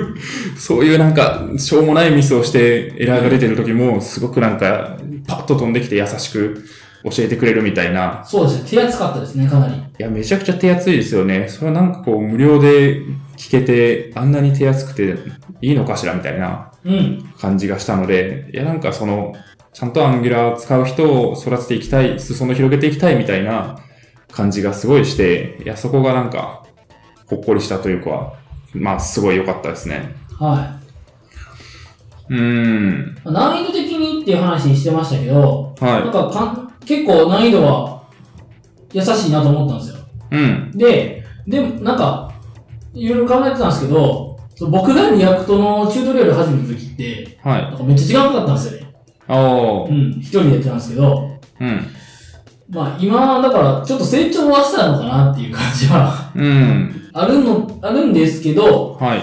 S2: そういうなんか、しょうもないミスをしてエラーが出てる時も、すごくなんか、パッと飛んできて優しく教えてくれるみたいな。
S3: そうですね。手厚かったですね、かなり。
S2: いや、めちゃくちゃ手厚いですよね。それはなんかこう、無料で聞けて、あんなに手厚くていいのかしらみたいな。
S3: うん。
S2: 感じがしたので、いやなんかその、ちゃんとアンギュラー使う人を育てていきたい、裾野広げていきたいみたいな感じがすごいして、いやそこがなんか、ほっこりしたというか、まあすごい良かったですね。
S3: はい。
S2: うーん。
S3: 難易度的にっていう話してましたけど、なん
S2: は
S3: かかん結構難易度は優しいなと思ったんですよ。
S2: い。うん。
S3: で、でもなんか、いろいろ考えてたんですけど、そう僕がリアクトのチュートリアル始めた時って、
S2: はい。
S3: なんかめっちゃ時間かかったんですよね。
S2: お
S3: う
S2: ー。
S3: ん、一人でやってたんですけど、
S2: うん。
S3: まあ今、だからちょっと成長はしたのかなっていう感じは
S2: うん。
S3: あるの、あるんですけど、
S2: はい。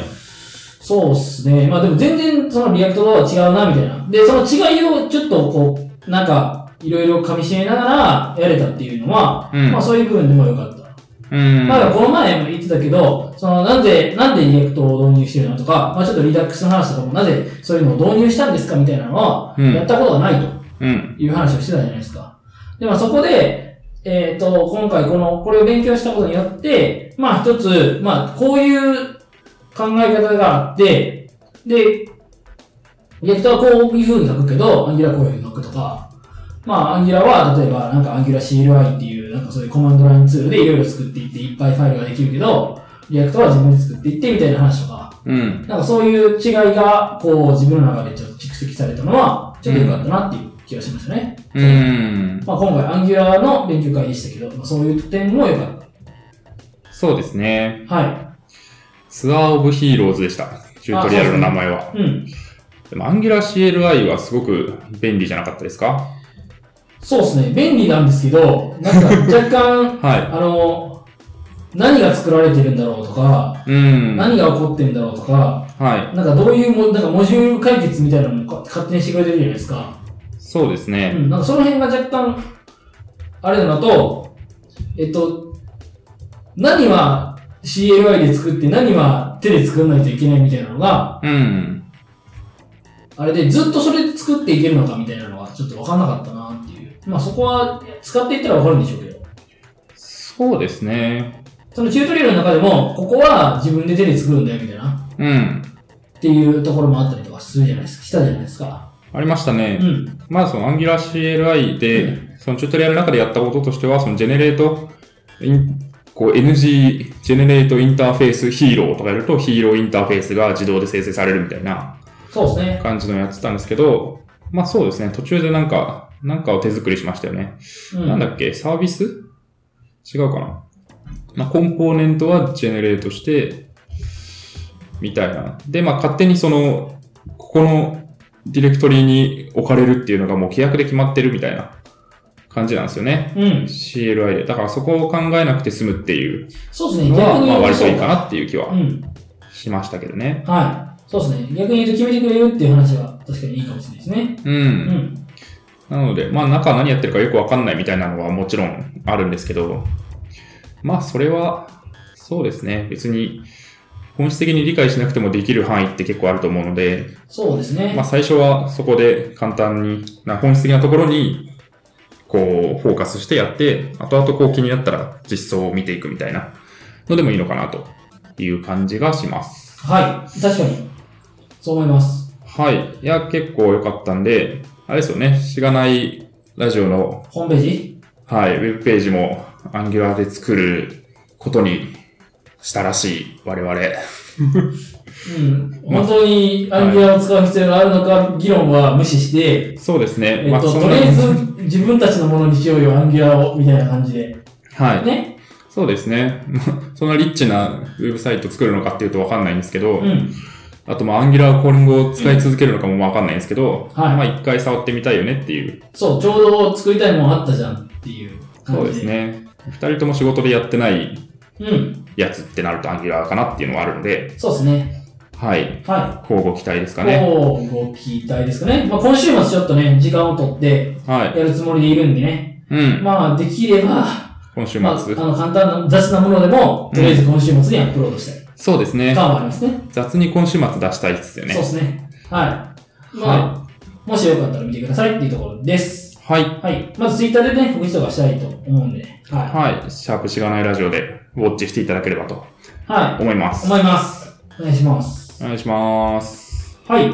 S3: そうっすね。まあでも全然そのリアクトとは違うな、みたいな。で、その違いをちょっとこう、なんか、いろいろ噛み締めながらやれたっていうのは、
S2: うん
S3: まあそういう部分でもよかった。
S2: うん。
S3: まあこの前も言ってたけど、そのなんで、なんでリアクトを導入してるのとか、まあちょっとリダックスの話とかもなぜそういうのを導入したんですかみたいなのは、
S2: うん
S3: やったことがないと。
S2: うん。
S3: いう話をしてたじゃないですか。で、まあそこで、えっ、と、今回この、これを勉強したことによって、まあ一つ、まあこういう考え方があって、で、リアクターはこういう風に書くけど、アンギュラはこういう風に書くとか、まあアンギュラは例えばなんかアンギュラ CLI っていうなんかそういうコマンドラインツールでいろいろ作っていっていっぱいファイルができるけど、リアクターは自分で作っていってみたいな話とか、
S2: うん。
S3: なんかそういう違いが、こう自分の中でちょっと蓄積されたのは、ちょっと良かったなっていう気がしましたね。
S2: うん。
S3: まあ、今回、アンギュラーの勉強会でしたけど、まあ、そういう点も良かっ
S2: そうですね。
S3: た。は
S2: ツアーオブヒーローズでした。チュートリアルの名前は。
S3: い。うん。
S2: でも、アンギュラー CLI はすごく便利じゃなかったですか
S3: そうですね。便利なんですけど、なんか若干、
S2: はい。
S3: あの、何が作られてるんだろうとか、
S2: うん。
S3: 何が起こってんだろうとか、
S2: はい。
S3: なんかどういうも、なんかモジュール解決みたいなのもか勝手にしてくれてるじゃないですか。
S2: そうです
S3: う
S2: ね。
S3: ん。なんかその辺が若干、あれだなと、えっと、何は CLI で作って何は手で作らないといけないみたいなのが、
S2: うん。
S3: あれでずっとそれで作っていけるのかみたいなのはちょっと分かんなかったなっていう。まあそこは使っていったら分かるんでしょうけど。
S2: そうですね。
S3: そのチュートリアルの中でも、ここは自分で手で作るんだよみたいな、
S2: うん。
S3: っていうところもあったりとかするじゃないですか。したじゃないですか。
S2: ありましたね。
S3: うん。
S2: まあ、その Angular CLI で、そのチュートリアルの中でやったこととしては、そのジェネレート、インこう NG、ジェネレートインターフェースヒーローとかやると、ヒーローインターフェースが自動で生成されるみたいな
S3: そうですね。
S2: 感じのやってたんですけど、まあそうですね、途中でなんか、なんかを手作りしましたよね。
S3: うん。
S2: なんだっけ、サービス違うかな。まあ、コンポーネントはジェネレートして、みたいな。で、まあ、勝手にその、ここのディレクトリに置かれるっていうのがもう規約で決まってるみたいな感じなんですよね。
S3: うん。
S2: CLI で。だからそこを考えなくて済むっていう
S3: そうですね。
S2: のは、まあ、割と
S3: そ
S2: いいかなっていう気
S3: う
S2: は
S3: ん。
S2: しましたけどね。
S3: はい。そうですね。逆に言うと決めてくれるっていう話は確かにいいかもしれないですね。
S2: う。
S3: うんん。
S2: なので、まあ、中何やってるかよくわかんないみたいなのはもちろんあるんですけど、まあ、それは、そうですね。別に、本質的に理解しなくてもできる範囲って結構あると思うので、
S3: そうですね。
S2: まあ、最初はそこで簡単に、な本質的なところに、こう、フォーカスしてやって、後々こう気になったら実装を見ていくみたいなのでもいいのかなという感じがします。
S3: はい。確かに。そう思います。
S2: はい。いや、結構良かったんで、あれですよね。しがないラジオの
S3: ホームページ
S2: はい、ウェブページも Angular で作ることにしたらしい、我々。
S3: うん。
S2: まあ
S3: 本当にアンギュラーを使う必要があるのか、議論は無視して、
S2: そうですね。
S3: えっと、
S2: そん
S3: と
S2: な
S3: りあえず自分たちのものにしようよ、アンギュラーを、みたいな感じで。
S2: はい。
S3: ね。
S2: そうですね。 まあそんなリッチなウェブサイト作るのかっていうとわかんないんですけど、
S3: うん。
S2: あとまあ Angular コーリングを使い続けるのかもわかんないんですけど、
S3: はい
S2: まあ一回触ってみたいよねっていう。
S3: そう、ちょうど作りたいもんあったじゃんっていう感じで。
S2: そうです。ね。二人とも仕事でやってない
S3: うん。
S2: やつってなると Angular かなっていうのはあるんで、
S3: そうですね。
S2: はい。
S3: はい。
S2: 交互期待ですかね。
S3: こうご期待ですかね。まあ、今週末ちょっとね、時間を取って
S2: はい。
S3: やるつもりでいるんでね。
S2: うん。
S3: まあ、できれば、
S2: 今週
S3: まあ、あ
S2: 末。
S3: の、簡単な雑なものでも、とりあえず今週末にアップロードしたい。
S2: そうですね。
S3: 感はありますね。
S2: 雑に今週末出したいですよね
S3: そう。ですね。はい。まあ、もしよかったら見てくださいっていうところです。
S2: はい。
S3: はい。まずツイッターでね、告知とかしたいと思うんでね。は
S2: はい。シャープしがないラジオでウォッチしていただければと
S3: い。は
S2: 思いま
S3: い。
S2: す。
S3: 思います。お願いします。
S2: お願いします。
S3: はい。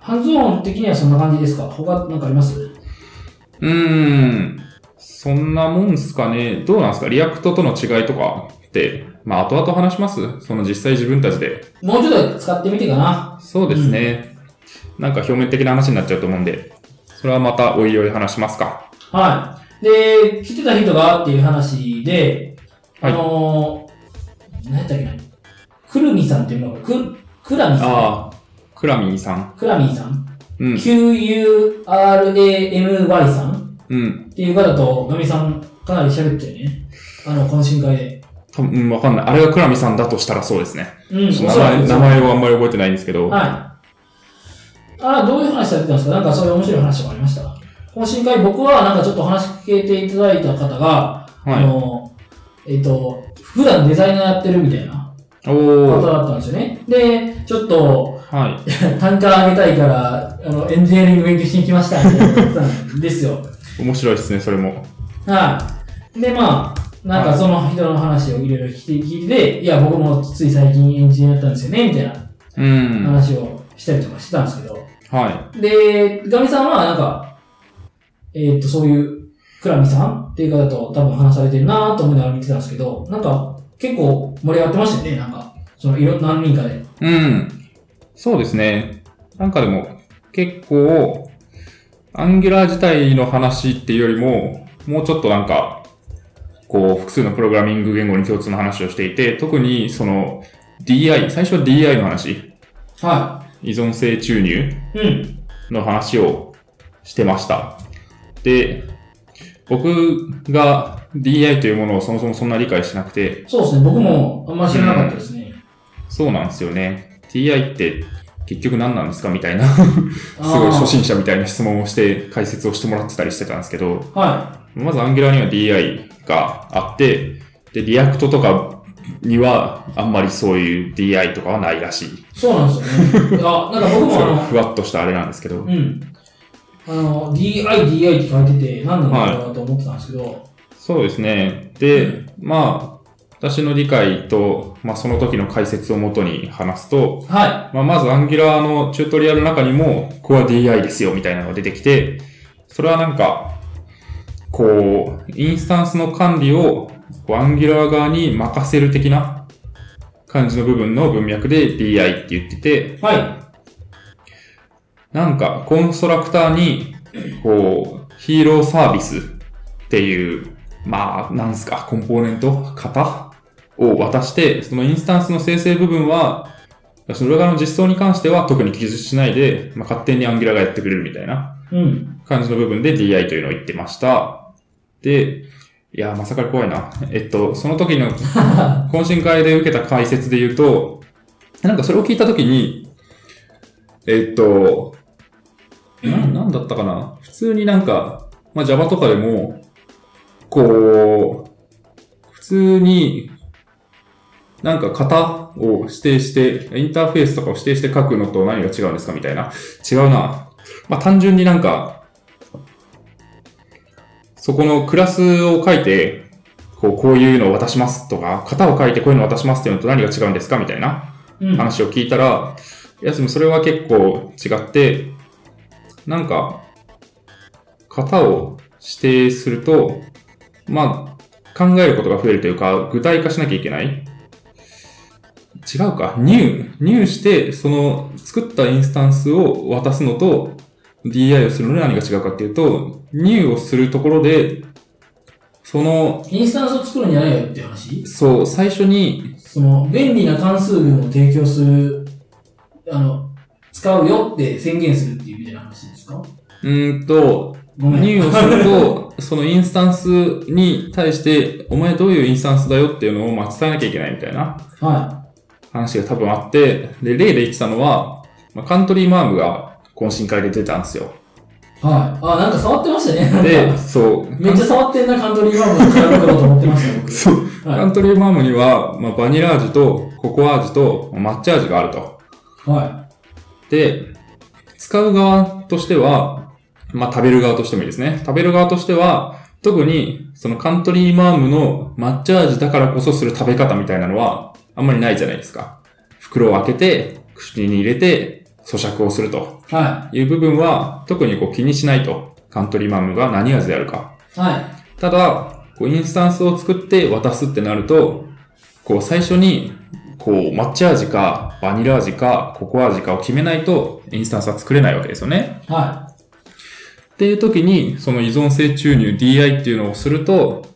S3: ハンズオン的にはそんな感じですか他なんかあります
S2: うーん。そんなもんすかね。どうなんすかリアクトとの違いとかって、まあ後々話しますその実際自分たちで。
S3: もうちょっと使ってみてかな。
S2: そうですね。なんか表面的な話になっちゃうと思うんで、それはまたおいおい話しますか。
S3: はい。で、来てた人がっていう話で、
S2: は
S3: あ
S2: い。
S3: のー、何やったっけな、くるみさんっていうのが、く、くらみさ
S2: ああ、クラミーさん。
S3: ん。くらみさん。
S2: うん。
S3: QURAMY さん
S2: うん。
S3: っていう方と、のみさん、かなり喋ってるね。あの、懇親会で。
S2: 多分、うんわかんない。あれがクラミーさんだとしたらそうですね。
S3: うん、お
S2: 名
S3: そらく
S2: 前、名前をあんまり覚えてないんですけど。
S3: はい。あら、どういう話されてたんですかなんかそういう面白い話とかありました懇親会、僕はなんかちょっと話聞けていただいた方が、あ
S2: はい。
S3: のー、えっ、と、普段デザイナーやってるみたいな
S2: お
S3: 方
S2: ー。
S3: だったんですよね。で、ちょっと、
S2: はい。
S3: 単価上げたいから、あの、エンジニアリング勉強しに来ました、みたいなこと言ってたんですよ。
S2: 面白いですね、それも。
S3: はい。で、まあ、なんかその人の話をいろいろ聞いて、聞いて、いや、僕もつい最近エンジニアやったんですよね、みたいな
S2: うん。
S3: 話をしたりとかしてたんですけど。
S2: は
S3: で、ガミさんは、なんか、えーっと、そういう、クラミさんっていう方と多分話されてるなと思いながら見てたんですけど、なんか、結構盛り上がってましたよね、なんか。その、いろ、何人かで。
S2: い。うん。そうですね。なんかでも、結構、アンギュラー自体の話っていうよりも、もうちょっとなんか、こう、複数のプログラミング言語に共通の話をしていて、特にその、DI、最初は DI の話、
S3: は
S2: 依存性注入
S3: い。うん。
S2: の話をしてました。で、僕が DI というものをそもそもそんな理解しなくて、
S3: そうですね、僕もあんま知らなかったですね。
S2: そうなんですよね。TI って結局何なんですかみたいな、す
S3: あー
S2: ごい初心者みたいな質問をして解説をしてもらってたりしてたんですけど、
S3: は
S2: まず Angular には DI があって、で、React とかには、あんまりそういう DI とかはないらしい。
S3: そうなんで すよね。あ、なんか僕も
S2: そ
S3: あ
S2: れ
S3: の、
S2: ふわっとしたあれなんですけど。
S3: うん。あの、DI、DI って書いてて、何なんだろうなと思ってたんですけど、
S2: そうですね。
S3: う
S2: で、まあ、私の理解と、まあ、その時の解説をもとに話すと、
S3: は
S2: まあ、まず Angular のチュートリアルの中にも、ここは DI ですよみたいなのが出てきて、それはなんか、こう、インスタンスの管理をこう Angular 側に任せる的な感じの部分の文脈で DI って言ってて、
S3: い。は。
S2: なんかコンストラクターに、こう、ヒーローサービスっていう、まあ、なんすか、コンポーネント型を渡して、そのインスタンスの生成部分は、その裏側の実装に関しては特に記述しないで、まあ、勝手に Angular がやってくれるみたいない
S3: うん。
S2: 感じの部分で DI というのを言ってました。で、いやー、まさかり怖いな。えっと、その時の懇親会で受けた解説で言うと、なんかそれを聞いたときに、えっと、ななんだったかな普通になんか、まあ、Java とかでも、こう、普通に、なんか型を指定して、インターフェースとかを指定して書くのと何が違うんですかみたいな。違うな。まあ、単純になんか、そこのクラスを書いて、こう、こういうのを渡しますとか、型を書いてこういうのを渡しますっていうのと何が違うんですかみたいな。
S3: うん。
S2: 話を聞いたら、いや、でもそれは結構違って、なんか、型を指定すると、まあ、考えることが増えるというか、具体化しなきゃいけない。違うか。入、入して、その、作ったインスタンスを渡すのと、DI をするので何が違うかっていうと、入をするところで、その、
S3: インスタンスを作るんじゃないよって話
S2: そう、最初に、
S3: その、便利な関数群を提供する、あの、使うよって宣言するっていうみたいな話ですか
S2: うーんと、
S3: ごめん。
S2: 入をすると、そのインスタンスに対して、お前どういうインスタンスだよっていうのをまあ伝えなきゃいけないみたいな
S3: は
S2: 話が多分あって、で、例で言ってたのは、まあ、カントリーマームが懇親会で出たんですよ。
S3: い。はい。あ、なんか触ってましたね。なんか
S2: で、そう。
S3: めっちゃ触ってんな、カントリーマームのクラブかと思ってました、僕。
S2: そう。カ
S3: は
S2: ントリーマームには、まあ、バニラ味とココア味と抹茶味があると。
S3: い。は
S2: で、使う側としては、まあ、食べる側としてもいいですね。食べる側としては、特に、そのカントリーマームの抹茶味だからこそする食べ方みたいなのは、あんまりないじゃないですか。袋を開けて、口に入れて、咀嚼をすると
S3: い。は
S2: いう部分は、特にこう気にしないと。カントリーマームが何味であるか。
S3: い。はい。
S2: ただ、こうインスタンスを作って渡すってなると、こう最初に、こう抹茶味かバニラ味かココア味かを決めないとインスタンスは作れないわけですよね。
S3: は
S2: っていう時に、その依存性注入 DI っていうのをすると、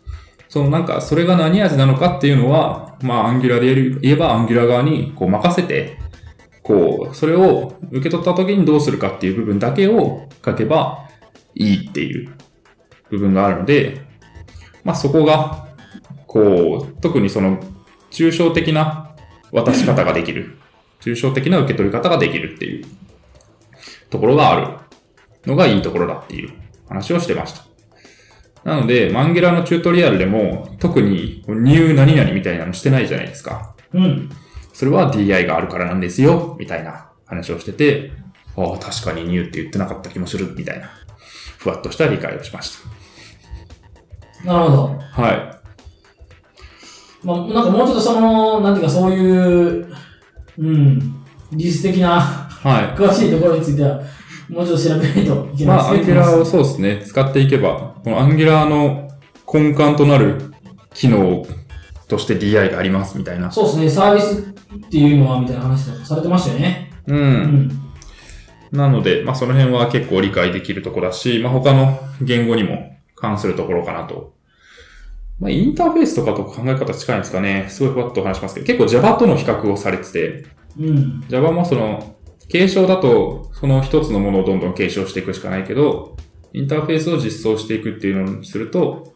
S2: そのなんかそれが何味なのかっていうのは、まあアンギュラで言えばアンギュラ側にこう任せて、こう、それを受け取った時にどうするかっていう部分だけを書けばいいっていう部分があるので、まあそこが、こう、特にその抽象的な渡し方ができる。抽象的な受け取り方ができるっていうところがあるのがいいところだっていう話をしてました。なので、マンゲラのチュートリアルでも特に入何々みたいなのしてないじゃないですか。
S3: うん。
S2: それは DI があるからなんですよ、みたいな話をしてて、ああ、確かにニューって言ってなかった気もする、みたいな、ふわっとした理解をしまし
S3: なるほど。
S2: た。はい。
S3: まあ、なんかもうちょっとその、なんていうかそういう、うん、技術的な、
S2: は
S3: 詳しいところについては、もうちょっと調べないといけないです
S2: い。
S3: ね。
S2: まあ、アンギュラーを
S3: を。
S2: そうですね、使っていけば、このアンギュラーの根幹となる機能として DI があります、みたいな。
S3: そうですね、サービスっていうのは、みたいな話とかされてましたよね。
S2: う。
S3: うんん。
S2: なので、まあ、その辺は結構理解できるとこだし、まあ、他の言語にも関するところかなと。まあ、インターフェースとかと考え方近いんですかね。すごいふわっとお話しますけど、結構 Java との比較をされてて、
S3: うん。
S2: Java もその、継承だと、その一つのものをどんどん継承していくしかないけど、インターフェースを実装していくっていうのにすると、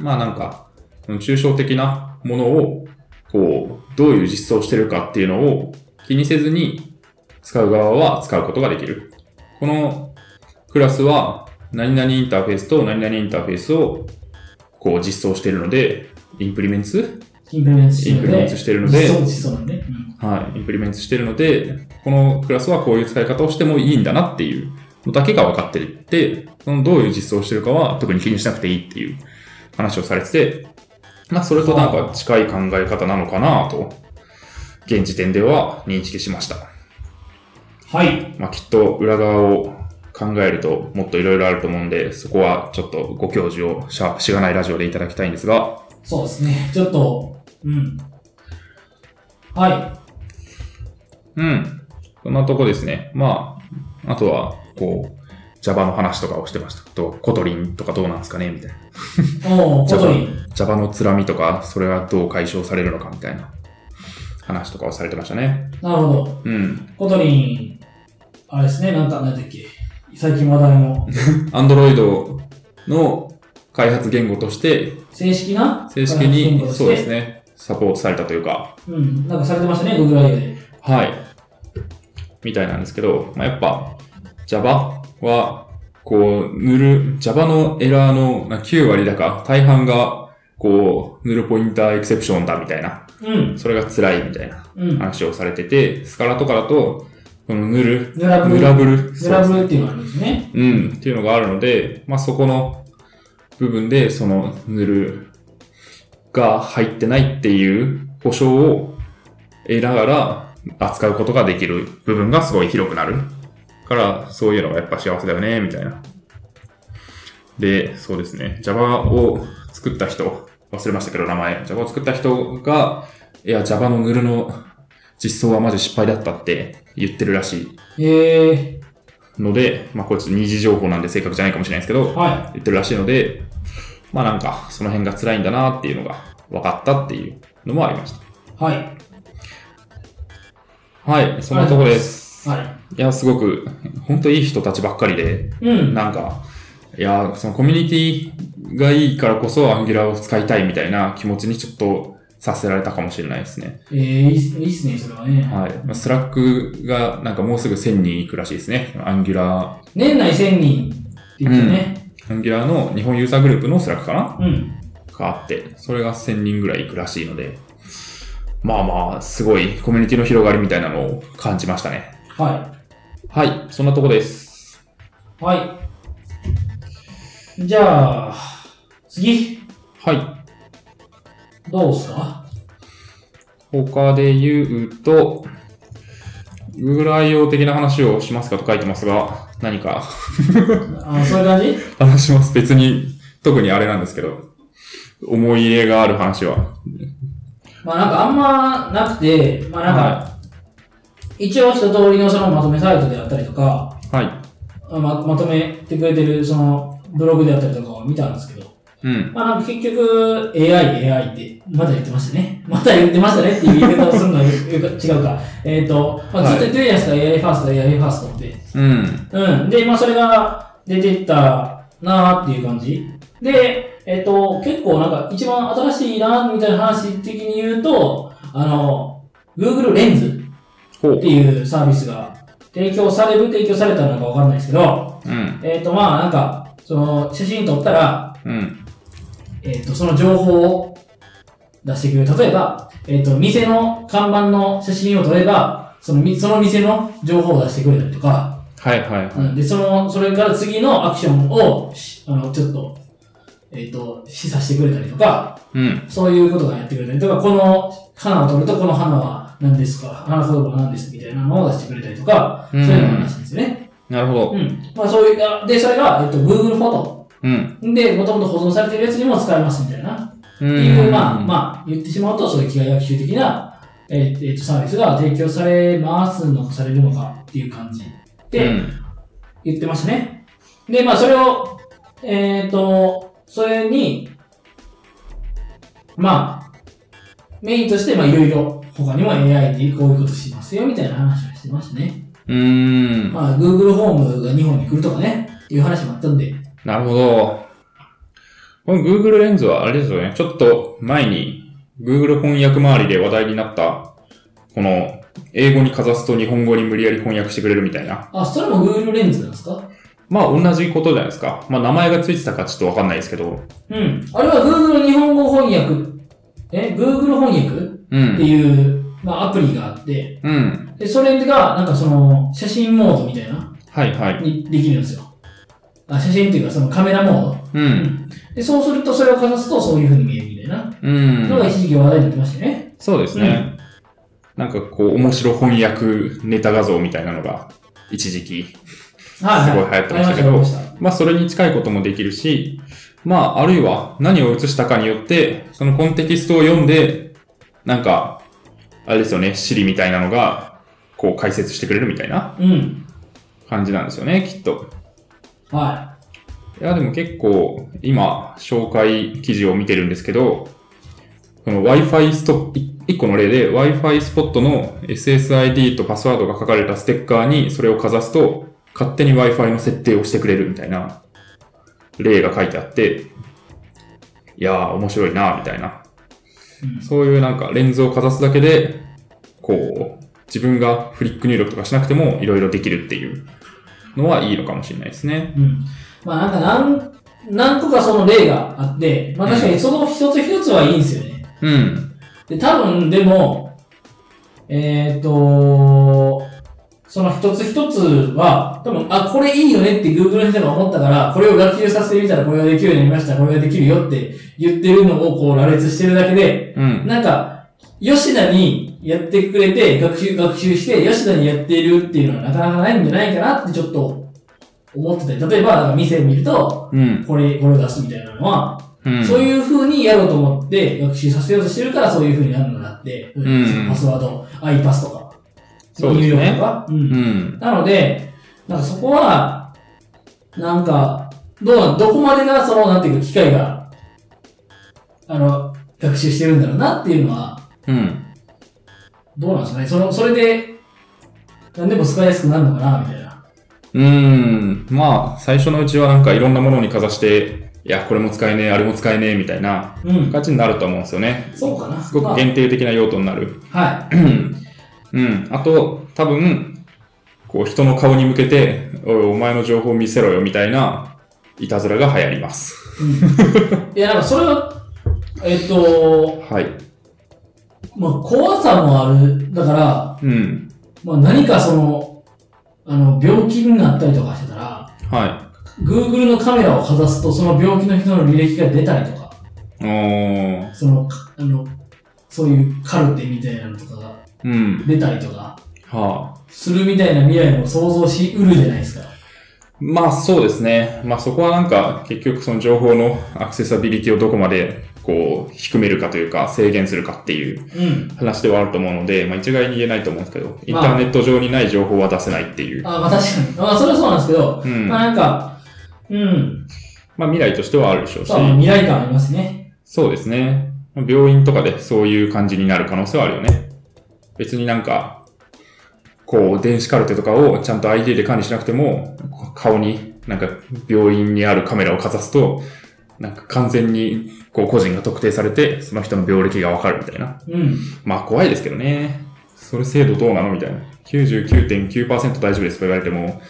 S2: まあなんか、抽象的なものを、こう、どういう実装してるかっていうのを気にせずに、使う側は使うことができる。このクラスは、何々インターフェースと何々インターフェースを、こう実装しているので、インプリメンツ
S3: インプリメントして
S2: イ
S3: る
S2: ンプリ
S3: の
S2: メ
S3: で
S2: ント、してるので、
S3: そう、そうなんで、ね。
S2: はい、インプリメントしてるので、このクラスはこういう使い方をしてもいいんだなっていうのだけが分かっていて、そのどういう実装をしてるかは特に気にしなくていいっていう話をされてて、まあそれとなんか近い考え方なのかなと、現時点では認識しました。
S3: はい。
S2: まあきっと裏側を考えるともっといろいろあると思うんで、そこはちょっとご教授をしゃしがないラジオでいただきたいんですが、
S3: そうですね。ちょっと、うん。は
S2: うん。そんなとこですね。まあ、あとは、こう、Java の話とかをしてました。と、コトリンとかどうなんですかねみたいな。
S3: い。もう、コトリン。
S2: Java のつらみとか、それはどう解消されるのかみたいな話とかをされてましたね。
S3: なるほど。
S2: うん。
S3: コトリン、あれですね、なんか、なんだっけ。最近話題の、
S2: Android の開発言語として、
S3: 正式な
S2: 正式
S3: 言語
S2: に、
S3: として
S2: そうですね、サポートされたというか、
S3: うん。なんかされてましたね、Google アイで。
S2: はい。みたいなんですけど、まあ、やっぱ、Java は、こう、塗る、Java のエラーのな9割だか、大半が、こう、塗るポインターエクセプションだみたいな、
S3: うん。
S2: それが辛いみたいな
S3: うん。
S2: 話をされてて、スカラとかだと、この塗る、
S3: ヌラブル。
S2: ヌラブル、
S3: ヌラブルっていうのがあるんですね。
S2: うん、っていうのがあるので、まあそこの部分で、その塗るが入ってないっていう保証を得ながら扱うことができる部分がすごい広くなる。から、そういうのがやっぱ幸せだよね、みたいな。で、そうですね。Java を作った人、忘れましたけど名前。Java を作った人が、いや、Java の塗るの実装はマジ失敗だったって言ってるらしい。
S3: へえ
S2: ので、まあ、これちょっと二次情報なんで正確じゃないかもしれないですけど、
S3: は
S2: 言ってるらしいので、まあなんか、その辺が辛いんだなっていうのが分かったっていうのもありまし
S3: い。はい。
S2: た。はい、そんなところです。
S3: はい
S2: や、すごく、本当いい人たちばっかりで、
S3: い。うん。
S2: なんか、いや、そのコミュニティがいいからこそアンギュラーを使いたいみたいな気持ちにちょっとさせられたかもしれないですね。
S3: えー、いいっすいいっすね、それはね。
S2: はい。まあスラックがなんかもうすぐ1000人いくらしいですね。アンギュラ
S3: 年内1000人って言ってね。
S2: ー、アンギュラーの日本ユーザーグループのスラックかな
S3: うん。
S2: があって、それが1000人ぐらいいくらしいので、まあまあ、すごいコミュニティの広がりみたいなのを感じましたね。
S3: は
S2: はい、そんなとこです。
S3: い。はい。じゃあ、次、
S2: はい。
S3: どうっすか
S2: 他で言うと、Google IO 的な話をしますかと書いてますが、何か
S3: あそういう感じ
S2: 話します。別に、特にあれなんですけど、思い入れがある話は。
S3: まあなんかあんまなくて、まあなんか、一応一通りのそのまとめサイトであったりとか、
S2: はい。はい。
S3: ままとめてくれてるそのブログであったりとかを見たんですけど、
S2: うん。
S3: まあなんか結局 AI、AI って、まだ言ってましたね。まだ言ってましたねっていう言い方をするのはよくよく違うか。えっ、と、まあ、ずっと言ってるじゃないですか、AI ファースト、AI ファーストって。
S2: うん。
S3: うん。で、まあそれが出てったなーっていう感じ。で、えっ、と、結構なんか一番新しいなーみたいな話的に言うと、あの、Google レンズ
S2: ほ
S3: っ
S2: う
S3: て。いうサービスが提供される、提供されたのかわかんないですけど、
S2: うん。
S3: えっ、とまあなんか、その写真撮ったら、
S2: うん。
S3: えっ、と、その情報を出してくれる。例えば、えっ、と、店の看板の写真を撮れば、そのみその店の情報を出してくれたりとか、
S2: はいはいはい。
S3: うん、で、その、それから次のアクションをし、あの、ちょっと、えっ、と、示唆してくれたりとか、
S2: うん。
S3: そういうことがやってくれたりとか、この花を取ると、この花は何ですか、花言葉は何ですみたいなのを出してくれたりとか、
S2: うん
S3: そういうのがらしいんですよね。
S2: なるほ
S3: う
S2: ど。
S3: ん。まあそういう、あで、それが、えっ、と、Google フォト。
S2: うん。
S3: で、もともと保存されているやつにも使えますみたいな。
S2: うん。
S3: っていう、まあ、まあ、言ってしまうと、そういう機械学習的な、えっ、えーと、サービスが提供されますのか、されるのかっていう感じで、
S2: うん
S3: 言ってましたね。で、まあ、それを、えっ、と、それに、まあ、メインとして、まあ、いろいろ、他にも AI でこういうことしますよ、みたいな話をしてましたね。
S2: うーん。
S3: まあ、Google ホームが日本に来るとかね、っていう話もあったんで。
S2: なるほど。この Google レンズはあれですよね。ちょっと前に Google 翻訳周りで話題になった、この英語にかざすと日本語に無理やり翻訳してくれるみたいな。
S3: あ、それも Google レンズなんですか
S2: まあ同じことじゃないですか。まあ名前がついてたかちょっとわかんないですけど。
S3: うん。あれは Google 日本語翻訳え、Google 翻訳
S2: う
S3: って
S2: ん。
S3: いう、まあ、アプリがあって、
S2: うん。
S3: で、それが、なんかその、写真モードみたいな、
S2: はいはい。
S3: にできるんですよ。あ、写真っていうか、そのカメラモー
S2: うん。
S3: ド。で、そうすると、それをかざすと、そういう風に見えるみたいな
S2: うん
S3: の。が一時期話題になってましたね。
S2: そうですね。なんかこう、面白翻訳ネタ画像みたいなのが、一時期
S3: はい、はい。
S2: すごい流行ってましたけど
S3: ありましたありまし
S2: まあ、それに近いこともできるし、まあ、あるいは何を映したかによって、そのコンテキストを読んで、なんか、あれですよね、Siri みたいなのが、こう解説してくれるみたいな
S3: たうん。
S2: 感じなんですよね、きっと。
S3: はい
S2: や、でも結構、今、紹介記事を見てるんですけど、この Wi-Fi スト、1個の例で Wi-Fi スポットの SSID とパスワードが書かれたステッカーにそれをかざすと、勝手に Wi-Fi の設定をしてくれるみたいな例が書いてあって、いやー、面白いなーみたいな。
S3: い。うん
S2: そういうなんかレンズをかざすだけで、こう、自分がフリック入力とかしなくてもいろいろできるっていうのはいいのかもしれないですね。
S3: うん。まあなんか何、何個かその例があって、まあ確かにその一つ一つはいいんですよね。
S2: うん。
S3: で、多分でも、えっ、と、その一つ一つは、多分、あ、これいいよねって Google の人が思ったから、これを学習させてみたらこれができるようになりました、これができるよって言ってるのをこう羅列してるだけで、
S2: うん。
S3: なんか、吉田にやってくれて、学習、学習して、吉田にやってるっていうのはなかなかないんじゃないかなってちょっと思ってて、例えば、なんか店を見ると、
S2: うん。
S3: これ、これを出すみたいなのは、
S2: うん。
S3: そう
S2: う。
S3: いう風にやろうと思って学習させようとしてるから、そういう風になるのだって、
S2: ん
S3: パスワード、iPass とか、
S2: そうですね
S3: 入力とか、うん
S2: うん。
S3: なので、なんかそこは、なんか、どうな、どこまでがその、なんていうか、機械が、あの、学習してるんだろうなっていうのは、
S2: うん。
S3: どうなんですかね。その、それで、何でも使いやすくなるのかな、みたいな。
S2: うん。まあ、最初のうちはなんかいろんなものにかざして、いや、これも使えねえ、あれも使えねえ、みたいな
S3: うん。
S2: 感じになると思うんですよね。
S3: そうかな。
S2: すごく限定的な用途になる。
S3: まあは
S2: うん。あと、多分、こう、人の顔に向けて、おい、お前の情報見せろよ、みたいな、いたずらが流行ります。
S3: い。うん、いや、なんかそれは、えっと、
S2: はい。
S3: まあ、怖さもある。だから、
S2: うん。
S3: まあ、何かその、あの、病気になったりとかしてたら、
S2: は
S3: Google のカメラをかざすと、その病気の人の履歴が出たりとか、
S2: い。おー。
S3: その、かあの、そういうカルテみたいなのとかが
S2: うん。
S3: 出たりとか、
S2: はあ。
S3: するみたいな未来も想像しうるじゃないですか。
S2: まあそうですね。まあそこはなんか結局その情報のアクセサビリティをどこまでこう低めるかというか制限するかっていう
S3: うん。
S2: 話ではあると思うので、まあ一概に言えないと思うんですけど、インターネット上にない情報は出せないっていう。
S3: あまあ確かに。まあそれはそうなんですけど、
S2: うん。
S3: まあなんか、うん。
S2: まあ未来としてはあるでしょうし
S3: そう、、未来感ありますね。
S2: そうですね。病院とかでそういう感じになる可能性はあるよね。別になんか、こう電子カルテとかをちゃんと ID で管理しなくても、こう顔になんか病院にあるカメラをかざすと、なんか完全にこう個人が特定されて、その人の病歴がわかるみたいな。
S3: うん。
S2: まあ怖いですけどね。それ精度どうなのみたいな。99.9%大丈夫ですとか言われても、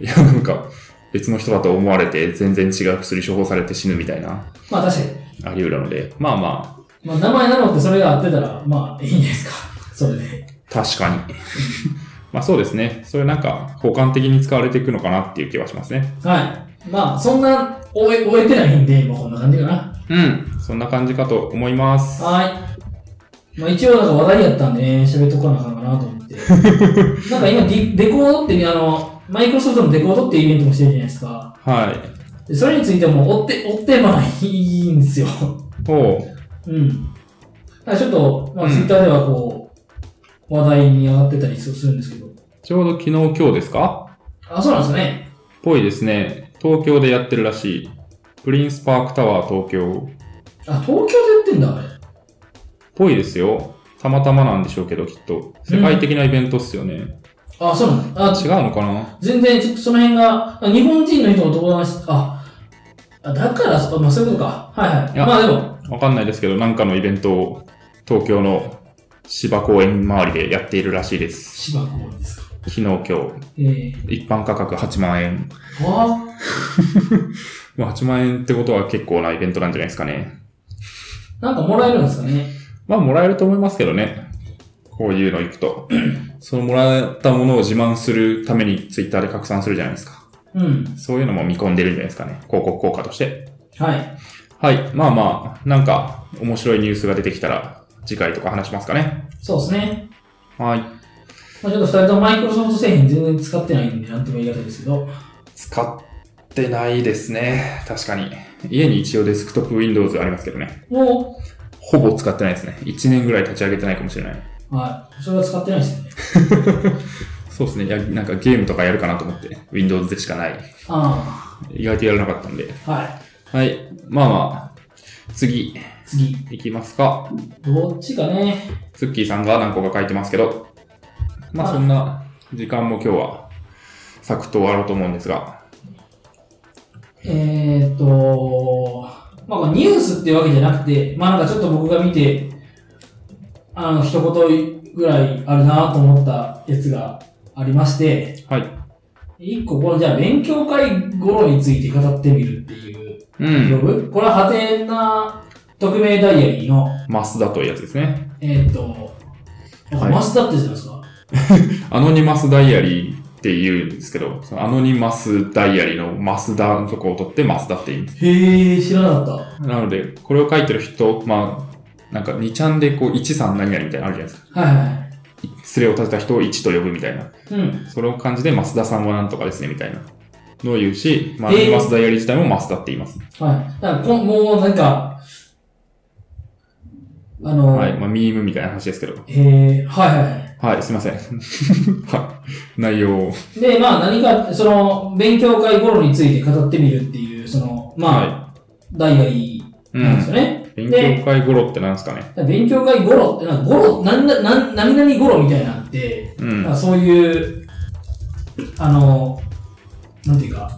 S2: いやなんか別の人だと思われて全然違う薬処方されて死ぬみたいな、
S3: まあ確かに。
S2: あり得るので、まあまあ、
S3: まあ名前なのってそれが合ってたら、まあいいんじゃないですか。それで。
S2: 確かに。 まあそうですね。それなんか、補完的に使われていくのかなっていう気はしますね。
S3: はい。まあそんな、終え、終えてないんで、今こんな感じかな。
S2: うん。そんな感じかと思います。
S3: はい。まあ一応なんか話題やったんでね、喋っとかなあかんかなと 思って。なんか今デ、デコードってね、あの、マイクロソフトのデコードっていうイベントもしてるじゃないですか。
S2: はい。
S3: でそれについても追って、追ってまあいいんですよ。
S2: おう。
S3: うん。だからちょっと、ま
S2: う
S3: あ
S2: ん
S3: ツイッターではこう、話題に上がってたりするんですけど。
S2: ちょうど昨日今日ですか
S3: あ、そうなんですかね。
S2: ぽいですね。東京でやってるらしい。プリンスパークタワー東京。
S3: あ、東京でやってんだ、あれ。
S2: ぽいですよ。たまたまなんでしょうけど、きっと。世界的なイベントっすよね。
S3: あ、そうなんだ。あ、
S2: 違うのかな
S3: 全然、ちょっとその辺が、あ日本人の人の友達、あ、あだから、そまあそういうことか。はいはい。
S2: いや
S3: まあでも、
S2: わかんないですけど、なんかのイベントを東京の芝公園周りでやっているらしいです。
S3: 芝公園ですか。
S2: 昨日今日。
S3: ええ
S2: 一般価格8万円。
S3: あ
S2: まあ、8万円ってことは結構なイベントなんじゃないですかね。
S3: なんかもらえるんですかね。
S2: まあ、もらえると思いますけどね。こういうの行くと。 そのもらったものを自慢するためにツイッターで拡散するじゃないですか。
S3: うん。
S2: そういうのも見込んでるんじゃないですかね。広告効果として。
S3: はい。
S2: はい。まあまあ、なんか面白いニュースが出てきたら、次回とか話しますかね。
S3: そうですね。
S2: はい。
S3: まあ、ちょっと二人ともマイクロソフト製品全然使ってないんで、なんとも言い難いですけど。
S2: 使ってないですね。確かに。家に一応デスクトップ Windows ありますけどね。
S3: も
S2: ほぼ使ってないですね。1年ぐらい立ち上げてないかもしれない。
S3: う、はい。それは使ってないですよね。
S2: そうですね。やなんかゲームとかやるかなと思って。Windows でしかない。
S3: あ
S2: 意外とやらなかったんで。
S3: あ。はい。
S2: はい。まあまあ、次、
S3: 次。
S2: いきますか。
S3: どっちかね。
S2: ツッキーさんが何個か書いてますけど。まあ
S3: はい
S2: そんな時間も今日は、サクッと終わろうと思うんですが。
S3: えー、っと、まあ、これニュースってわけじゃなくて、まあ、なんかちょっと僕が見て、あの、一言ぐらいあるなと思ったやつがありまして、
S2: はい。
S3: 一個、このじゃあ勉強会頃について語ってみるっていう
S2: う
S3: ブロ
S2: ん。
S3: グ、これはハテな匿名ダイアリーの、
S2: マスダというやつですね。
S3: えー、っと、
S2: はい
S3: マスタってじゃないですか。
S2: アノニマスダイアリーって言うんですけど、そのアノニマスダイアリーのマスダのとこを取ってマスダって言うんです。
S3: へー、知らなかっ
S2: なので、これを書いてる人、まあ、なんか2ちゃんでこう13何々みたいなのあるじゃないですか。
S3: た。はいはいはい。
S2: 失礼を立てた人を1と呼ぶみたいな。
S3: うん。
S2: それを感じで、マスダさんはなんとかですね、みたいなのを言うし、まあ、
S3: えー
S2: マスダイアリー自体もマスダって言います。
S3: はい。だからこん、もうなんか、あの、
S2: はい。まあ、ミームみたいな話ですけど。
S3: えー、はいはいは
S2: はい、すいません。 はい。内容を。
S3: い。で、まあ何か、その、勉強会頃について語ってみるっていう、その、まあ、
S2: は
S3: ダイアリ
S2: い。う
S3: ーなんです
S2: ん。
S3: よね。
S2: 勉強会頃ってなんですかね。
S3: 勉強会頃って、なんか頃、なんだ、なん、何々頃みたいなのって、
S2: う
S3: なん
S2: ん。
S3: かそういう、あの、なんていうか、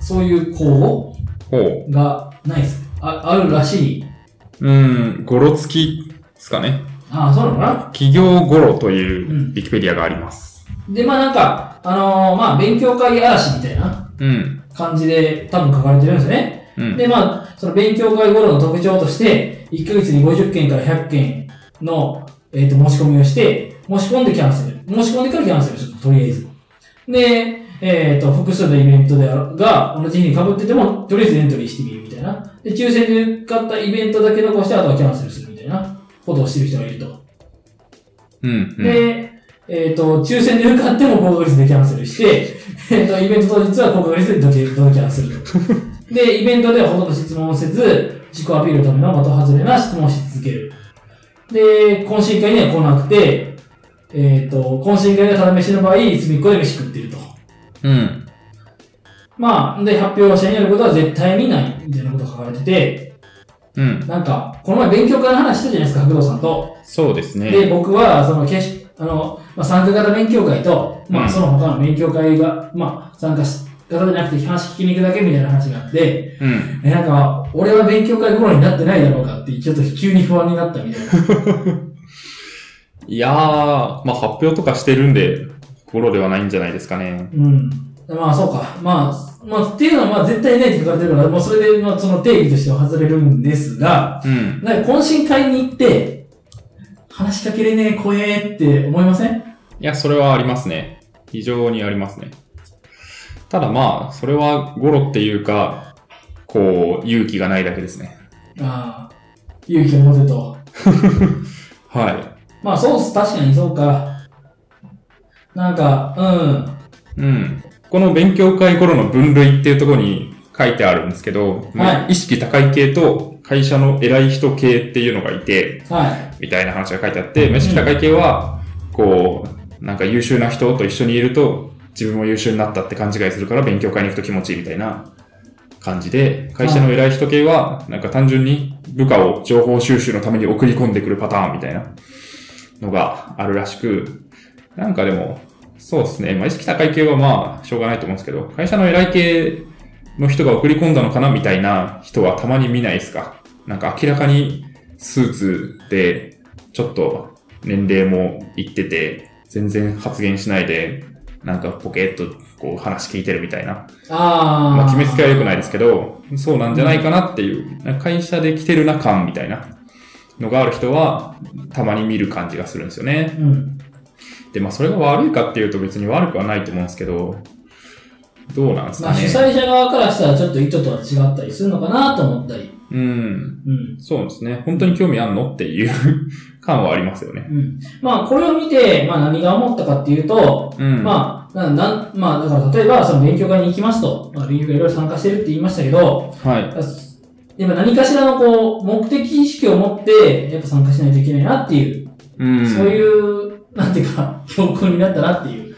S3: そういう公
S2: ほう。
S3: 語がないです。あ、あるらしい。
S2: うん、ゴロ付きですかね。
S3: ああ、そうなのかな
S2: 企業ゴロとい
S3: うん
S2: うウィキペディアがあります。
S3: で、まあなんか、あのーまあ勉強会嵐みたいな
S2: うん。
S3: 感じで多分書かれてるんですよね。
S2: うん。
S3: で、まあ、その勉強会頃の特徴として、1ヶ月に50件から100件の、えっ、と、申し込みをして、申し込んでキャンセル。申し込んでからキャンセルすると、とりあえず。で、えっ、と、複数のイベントであるが、同じ日に被ってても、とりあえずエントリーしてみるみたいな。で、抽選で受かったイベントだけ残して、あとはキャンセルするみたいなことをしてる人がいると。
S2: うん。うん
S3: で、えっ、と、抽選で受かっても高確率でキャンセルして、 えっ、と、イベント当日は高確率でドキドキャンセル と。で、イベントではほとんど質問をせず、自己アピールのための的外れな質問をし続ける。で、懇親会には来なくて、えっ、と、懇親会がただ飯の場合、隅っこで飯食ってると。
S2: うん。
S3: まあ、で、発表者にやることは絶対にない、みたいなことが書かれてて、
S2: うん。
S3: なんか、この前勉強会の話したじゃないですか、白道さんと。
S2: そうですね。
S3: で、僕は、その、けしあの、まあ、参加型勉強会と、ま
S2: う
S3: あ、
S2: ん
S3: その他の勉強会が、まあ、参加し、型じゃなくて話聞きに行くだけみたいな話があって、
S2: うん。
S3: え、なんか、俺は勉強会頃になってないだろうかって、ちょっと急に不安になったみたいな。
S2: いやー、まあ発表とかしてるんで、ゴロではないんじゃないですかね。
S3: うん。まあ、そうか。まあ、まあ、っていうのは、まあ、絶対ないって書かれてるから、もうそれで、まあ、その定義としては外れるんですが、
S2: うん。
S3: なんか、懇親会に行って、話しかけれねえ、怖えって思いません
S2: いや、それはありますね。非常にありますね。ただまあ、それはゴロっていうか、こう、勇気がないだけですね。
S3: ああ、勇気を持てと。
S2: は
S3: まあそうっす、確かにそうか。なんか、うん。
S2: い。うん。この勉強会頃の分類っていうところに書いてあるんですけど、まあ
S3: は
S2: 意識高い系と会社の偉い人系っていうのがいて、
S3: はい。
S2: みたいな話が書いてあって、まあ意識高い系は、こう、なんか優秀な人と一緒にいると、自分も優秀になったって勘違いするから勉強会に行くと気持ちいいみたいな感じで、会社の偉い人系は、なんか単純に部下を情報収集のために送り込んでくるパターンみたいなのがあるらしく、なんかでも、そうですね。まあ意識高い系はまあ、しょうがないと思うんですけど、会社の偉い系の人が送り込んだのかなみたいな人はたまに見ないですかなんか明らかにスーツで、ちょっと年齢もいってて、全然発言しないで、なんかポケッとこう話聞いてるみたいな。
S3: ああ。
S2: まあ決めつけは良くないですけど、そうなんじゃないかなっていう、なんか会社で来てるな感みたいなのがある人は、たまに見る感じがするんですよね。
S3: うん。
S2: で、まあ、それが悪いかっていうと別に悪くはないと思うんですけど、どうなんです
S3: ま
S2: か
S3: あ、
S2: ね
S3: 主。催者側からしたらちょっと意図とは違ったりするのかなと思ったり。
S2: うん。
S3: うん。
S2: そうですね。本当に興味あんのっていう 感はありますよね。
S3: うん。まあ、これを見て、まあ、何が思ったかっていうと、
S2: うん。
S3: まあ、な、なん、まあ、だから、例えば、その勉強会に行きますと、まあ、勉強会いろいろ参加してるって言いましたけど、
S2: はい。
S3: やっぱ何かしらのこう、目的意識を持って、やっぱ参加しないといけないなっていう、
S2: うん。
S3: そういう、なんていうか、教訓になったなっていう。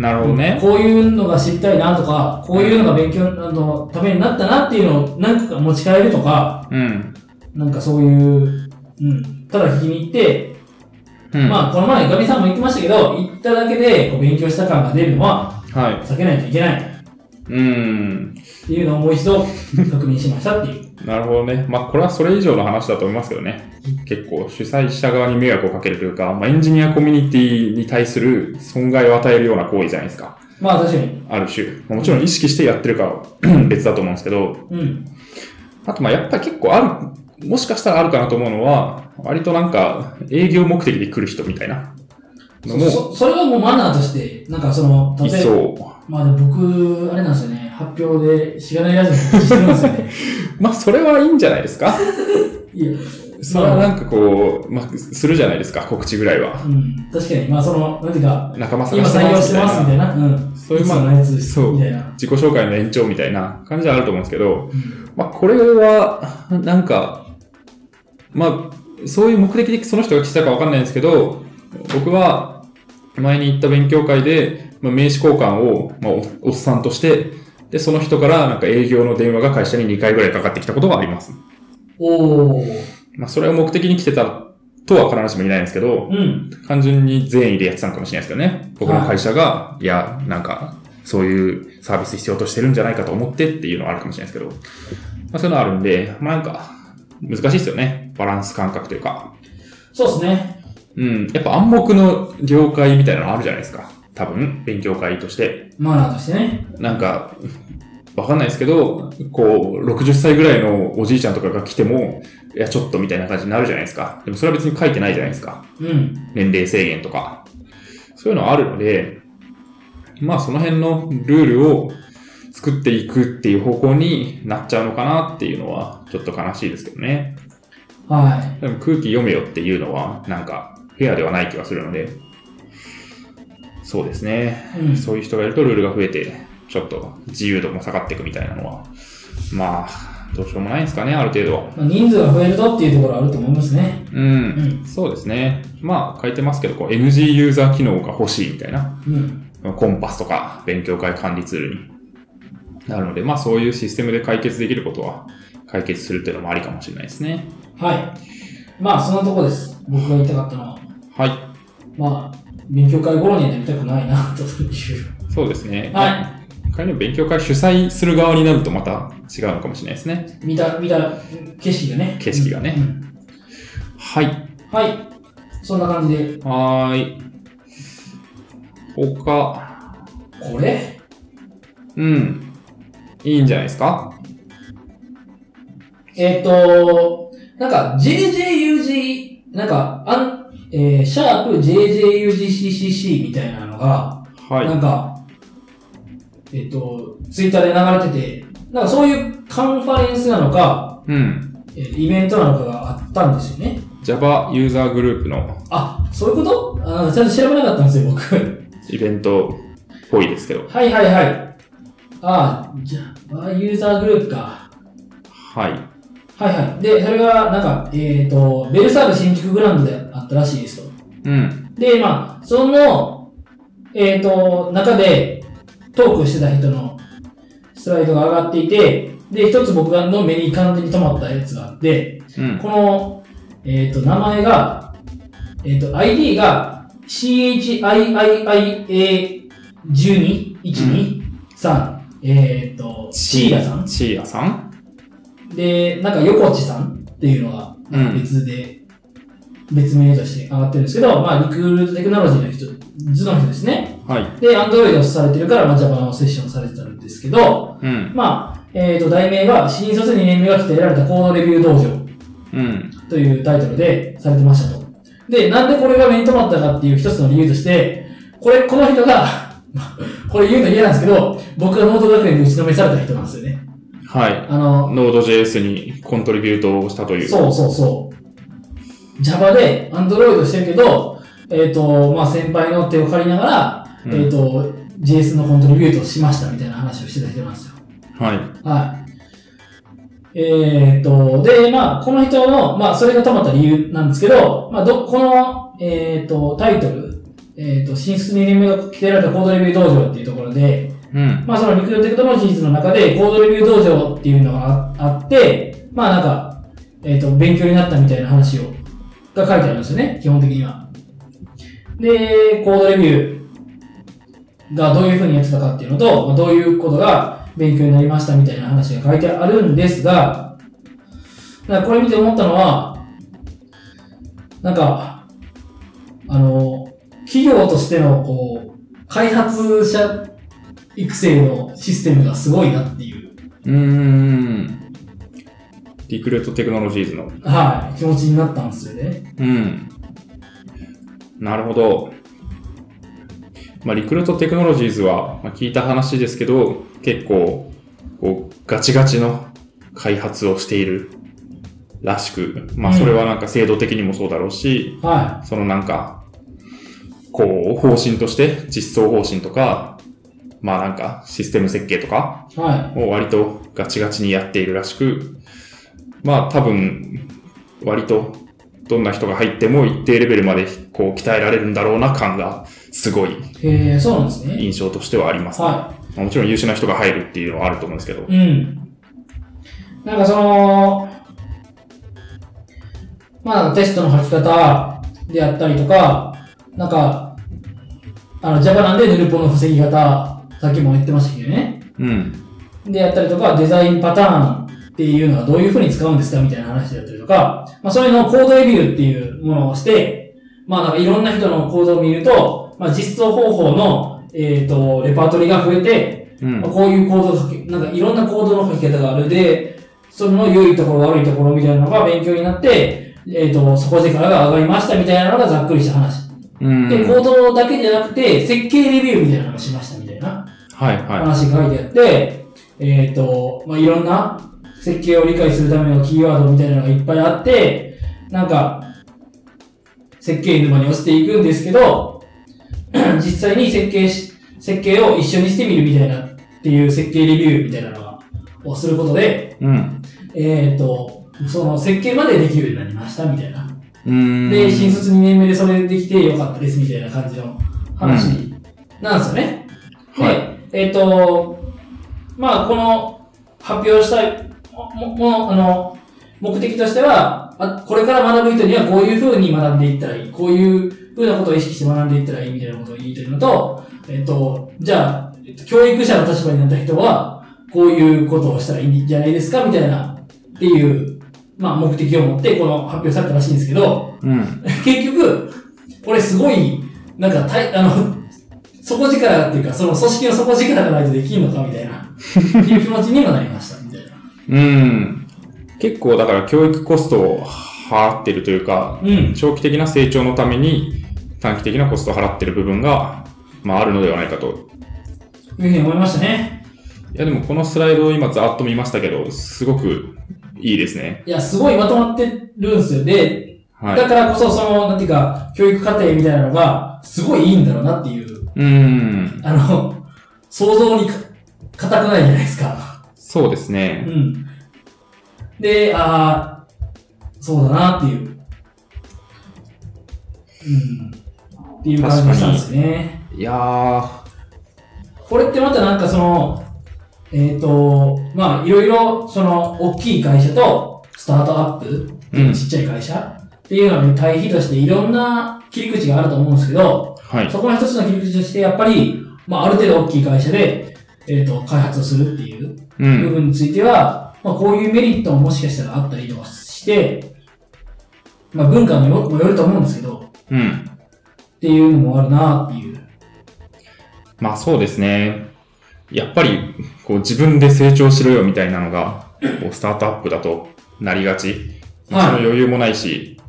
S2: なるほどね。
S3: こういうのが知りたいなとか、こういうのが勉強あのためになったなっていうのを何個か持ち帰るとか、
S2: うん。
S3: なんかそういう、うん、ただ聞きに行って、
S2: うん。
S3: まあこの前ガビさんも言ってましたけど、行っただけでこう勉強した感が出るのは
S2: は
S3: 避けないといけないっ
S2: い。うん。
S3: ていうのをもう一度確認しましたっていう。
S2: なるほどね。まあ、これはそれ以上の話だと思いますけどね。結構、主催者側に迷惑をかけるというか、まあ、エンジニアコミュニティに対する損害を与えるような行為じゃないですか。
S3: まあ確かに。
S2: ある種。まあもちろん意識してやってるかは 別だと思うんですけど、
S3: うん。
S2: あと、まあ、やっぱ結構ある、もしかしたらあるかなと思うのは、割となんか、営業目的で来る人みたいなの
S3: そ
S2: も、
S3: そそれはもうマナーとして、なんかその、
S2: い
S3: 例えば、
S2: そう。
S3: まあでも僕、あれなんですよね、発表でしがないラジオの話してるんですよね。
S2: まあ、それはいいんじゃないですか
S3: いや、
S2: それはなんかこう、まあ、するじゃないですか、告知ぐらいは。
S3: うん、確かに、まあその、なんていうか、
S2: 仲間探
S3: 今
S2: して
S3: 採
S2: ま
S3: 用
S2: す
S3: してますみたいな、うん、
S2: そういう
S3: つ
S2: ま
S3: も
S2: あ
S3: のやつです
S2: そう
S3: みたいな。
S2: 自己紹介の延長みたいな感じはあると思うんですけど、
S3: うん
S2: まあ、これは、なんか、まあ、そういう目的でその人が来たかわかんないんですけど、僕は前に行った勉強会で、まあ、名刺交換を、まあ、おおっさんとして、で、その人からなんか営業の電話が会社に2回ぐらいかかってきたことがあります。
S3: おお、
S2: まあ、それを目的に来てたとは必ずしもいないんですけど、
S3: うん、
S2: 単純に善意でやってたのかもしれないですけどね。僕の会社が、いや、なんか、そういうサービス必要としてるんじゃないかと思ってっていうのはあるかもしれないですけど、まあ、そういうのあるんで、まあなんか、難しいですよね。バランス感覚というか。
S3: そうですね。
S2: うん。やっぱ暗黙の了解みたいなのあるじゃないですか。多分、勉強会として。
S3: マナーとしてね。
S2: なんか、わかんないですけど、こう、60歳ぐらいのおじいちゃんとかが来ても、いや、ちょっとみたいな感じになるじゃないですか。でもそれは別に書いてないじゃないですか。
S3: うん、
S2: 年齢制限とか、そういうのはあるので、まあその辺のルールを作っていくっていう方向になっちゃうのかなっていうのはちょっと悲しいですけどね。
S3: は
S2: でも空気読めよっていうのはなんかフェアではない気がするので、そうですね。
S3: い。うん、
S2: そういう人がいるとルールが増えて、ちょっと自由度も下がっていくみたいなのは、まあ、どうしようもないんですかね、ある程度は。
S3: まあ、人数が増えるとっていうところあると思いますね。
S2: う。
S3: うんん、
S2: そうですね。まあ書いてますけど、こう NG ユーザー機能が欲しいみたいな。
S3: うん、
S2: コンパスとか勉強会管理ツールになるので、まあそういうシステムで解決できることは解決するっていうのもありかもしれないですね。
S3: はい。まあ、そんなとこです。僕が言いたかったのは、
S2: は
S3: まあ、勉強会頃にはなりたくないな、という。
S2: い。そうですね。
S3: はい
S2: まあ仮に勉強会主催する側になるとまた違うのかもしれないですね。
S3: 見た、見た景色がね。
S2: 景色がね
S3: うん
S2: はい。
S3: うんはい。そんな感じで、
S2: はーい。他、
S3: これ
S2: うん。いいんじゃないですか
S3: えっ、と、なんか JJUG、なんか、あん、えー、シャープ JJUGCCC みたいなのが、
S2: はい。
S3: なんか、えっ、と、ツイッターで流れてて、なんかそういうカンファレンスなのか、
S2: うん。
S3: えーイベントなのかがあったんですよね。
S2: Java ユーザーグループの
S3: あ、そういうことあなんかちゃんと調べなかったんですよ、僕。
S2: イベントっぽいですけど。
S3: はいはいはい。あ、じゃあ、ユーザーグループか。
S2: はい。
S3: はいはい。で、それが、なんか、えっ、と、ベルサール新宿グランドであったらしいですと。
S2: うん。
S3: で、まあ、その、えっ、と、中でトークしてた人のスライドが上がっていて、で、一つ僕がの目に完全に止まったやつがあって、
S2: うん。
S3: この、えっ、と、名前が、えっ、と、ID が CHIIIA12、1、2、3、えっ、と、シーラさん
S2: シーラさん
S3: で、なんか横地さんっていうのが
S2: うん
S3: 別で、別名として上がってるんですけど、まあ、リクルートテクノロジーの人、頭の人ですね。
S2: はい。
S3: で、アンドロイドされてるから、まあ、Java のセッションされてたんですけど、
S2: うん。
S3: まあ、えっ、と、題名が、新卒2年目が鍛えられたコードレビュー道場。
S2: うん。
S3: というタイトルでされてましたと。で、なんでこれが目に留まったかっていう一つの理由として、これ、この人が、 これ言うの嫌なんですけど、僕がノート学園で打ちのめされた人なんですよね。
S2: はい。
S3: あの、
S2: Node.js にコントリビュートをしたという。
S3: そうそうそう。Java で Android してるけど、えっ、と、まあ、先輩の手を借りながら、
S2: うん
S3: えっ、と、JS のコントリビュートをしましたみたいな話をしてた人なんですよ。
S2: はい。
S3: はい。えーっと、で、まあ、この人の、まあ、それがたまった理由なんですけど、まあ、ど、この、えーっと、タイトル、えーっと、進出2年目が規定られたコードレビュー道場っていうところで、
S2: うん。
S3: まあ、そのリクルートテクノロジーズの中で、コードレビュー道場っていうのがああって、まあ、なんか、えーっと、勉強になったみたいな話を、が書いてあるんですよね、基本的には。で、コードレビュー、がどういうふうにやってたかっていうのと、まあどういうことが勉強になりましたみたいな話が書いてあるんですが、だからこれ見て思ったのは、なんか、あの、企業としての、こう、開発者育成のシステムがすごいなっていう、
S2: うーん。リクルートテクノロジーズの。
S3: はい、気持ちになったんですよね。
S2: うん。なるほど。まあ、リクルートテクノロジーズは、まあ、聞いた話ですけど、結構、こう、ガチガチの開発をしているらしく、まあ、
S3: うん
S2: それはなんか制度的にもそうだろうし、
S3: は
S2: そのなんか、こう、方針として、実装方針とか、まあなんか、システム設計とか、
S3: い、は
S2: もう割とガチガチにやっているらしく、まあ多分、割とどんな人が入っても一定レベルまでこう鍛えられるんだろうな感がすごい
S3: い。へえ、そうなんですね。
S2: 印象としてはあります、ね
S3: は
S2: まあもちろん優秀な人が入るっていうのはあると思うんですけど。
S3: うん。なんかその、まあテストの書き方であったりとか、なんか、あの Java なんでヌルポの防ぎ方、さっきも言ってましたけどね。
S2: うん。
S3: であったりとか、デザインパターンっていうのはどういう風に使うんですかみたいな話であったりとか、まあそういうのをコードレビューっていうものをして、まあなんかいろんな人のコードを見ると、まあ実装方法の、えっ、と、レパートリーが増えて、
S2: うん
S3: まあ。こういうコードの書き、なんかいろんなコードの書き方があるで、その良いところ悪いところみたいなのが勉強になって、えっ、と、底力が上がりましたみたいなのがざっくりした話。
S2: うん。
S3: で、コードだけじゃなくて、設計レビューみたいなのもしましたみたいな
S2: はいは
S3: 話が書いてあって、えっ、と、まあ、いろんな設計を理解するためのキーワードみたいなのがいっぱいあって、なんか、設計沼に落ちていくんですけど、 実際に設計し、設計を一緒にしてみるみたいなっていう設計レビューみたいなのがをすることで、
S2: い。うん。
S3: えっ、と、その設計までできるようになりましたみたいな。
S2: うん。
S3: で、新卒2年目でそれできてよかったですみたいな感じの話なんですよね。
S2: うん
S3: で、
S2: は
S3: えっ、と、まあ、この発表したい、も、も、あの、目的としては、あこれから学ぶ人にはこういう風に学んでいったらいい。こういう風なことを意識して学んでいったらいいみたいなことを言ってるのと、えっ、と、じゃあ、えっと教育者の立場になった人は、こういうことをしたらいいんじゃないですかみたいな、っていう、まあ、目的を持って、この発表されたらしいんですけど、
S2: うん。
S3: 結局、これすごい、なんか、たいあの、底力っていうか、その組織の底力がないとできんのかみたいな、っていう気持ちにもなりました、みたいな。
S2: うん。結構だから教育コストを払ってるというか、
S3: うん。
S2: 長期的な成長のために短期的なコストを払ってる部分が、まああるのではないかと
S3: いうふうに思いましたね。
S2: いやでもこのスライドを今ざっと見ましたけど、すごくいいですね。
S3: いや、すごいまとまってるんですよ。で、
S2: はい。
S3: だからこそ、その、なんていうか、教育課程みたいなのが、すごいいいんだろうなっていう、
S2: うーん。
S3: あの、想像にか、固くないじゃないですか。
S2: そうです
S3: う
S2: ね。
S3: ん。で、ああ、そうだなっていう。うん。っていう感じがしたんですよね。
S2: いやー。
S3: これってまたなんかその、えっ、と、まあ、いろいろ、その、大きい会社と、スタートアップっていう
S2: うん
S3: ちっちゃい会社っていうのに対比としていろんな切り口があると思うんですけど、
S2: はい。
S3: そこの一つの切り口として、やっぱり、まあ、ある程度大きい会社で、えっ、と、開発をするっていう
S2: う
S3: 部
S2: ん。
S3: 分については、まあ、こういうメリットももしかしたらあったりとかして、まあ、文化にももよると思うんですけど、
S2: うん。
S3: っていうのもあるなっていう。
S2: まあそうですね。やっぱり、こう自分で成長しろよみたいなのが、こうスタートアップだとなりがちまあその余裕もないし、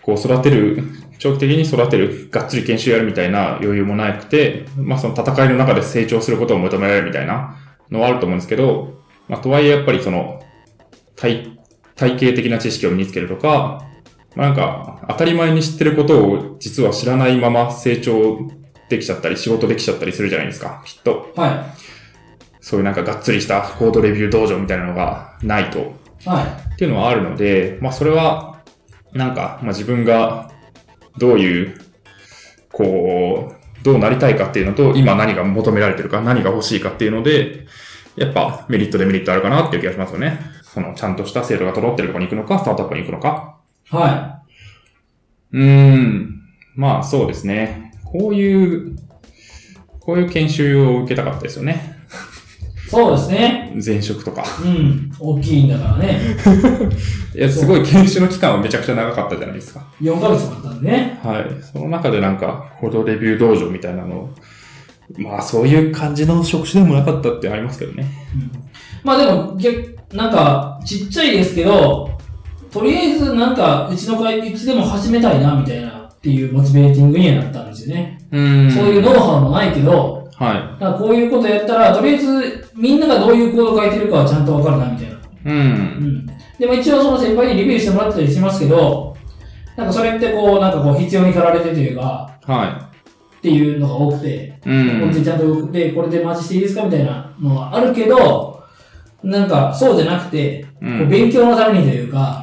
S2: こう育てる、長期的に育てる、がっつり研修やるみたいな余裕もなくて、まあその戦いの中で成長することを求められるみたいなのはあると思うんですけど、まあとはいえやっぱりその、体、体系的な知識を身につけるとか、まあなんか当たり前に知ってることを実は知らないまま成長できちゃったり仕事できちゃったりするじゃないですか、きっと。
S3: は
S2: そういうなんかがっつりしたコードレビュー道場みたいなのがないと
S3: い。は
S2: っていうのはあるので、まあそれは、なんか、まあ自分がどういう、こう、どうなりたいかっていうのと、今何が求められてるか、何が欲しいかっていうので、やっぱメリットデメリットあるかなっていう気がしますよね。その、ちゃんとした制度が整ってるとこに行くのか、スタートアップに行くのか。
S3: い。は
S2: うーん。まあそうですね。こういう、こういう研修を受けたかったですよね。
S3: い。そうですね。
S2: 前職とか。
S3: うん。大きいんだからね。
S2: いや、すごい研修の期間はめちゃくちゃ長かったじゃない ですか。
S3: 4ヶ月だったんでね。
S2: はい。その中でなんか、コードレビュー道場みたいなのをまあそういう感じの職種でもなかったってありますけどね。
S3: うんまあでも、げなんか、ちっちゃいですけど、とりあえずなんか、うちの会、うちでも始めたいな、みたいな、っていうモチベーティングにはなったんですよね。
S2: うん
S3: そういうノウハウもないけど、
S2: は
S3: なんかこういうことやったら、とりあえず、みんながどういうコード書いてるかはちゃんとわかるな、みたいな。
S2: い。う。
S3: うんん。でも一応その先輩にレビューしてもらったりしますけど、なんかそれってこう、なんかこう、必要に駆られてというか、
S2: は
S3: っていうのが多くて、
S2: い。う
S3: これで
S2: ん。
S3: ちゃんと動くで、これでマージしていいですかみたいなのはあるけど、なんかそうじゃなくて、
S2: うん
S3: こう勉強のためにというか、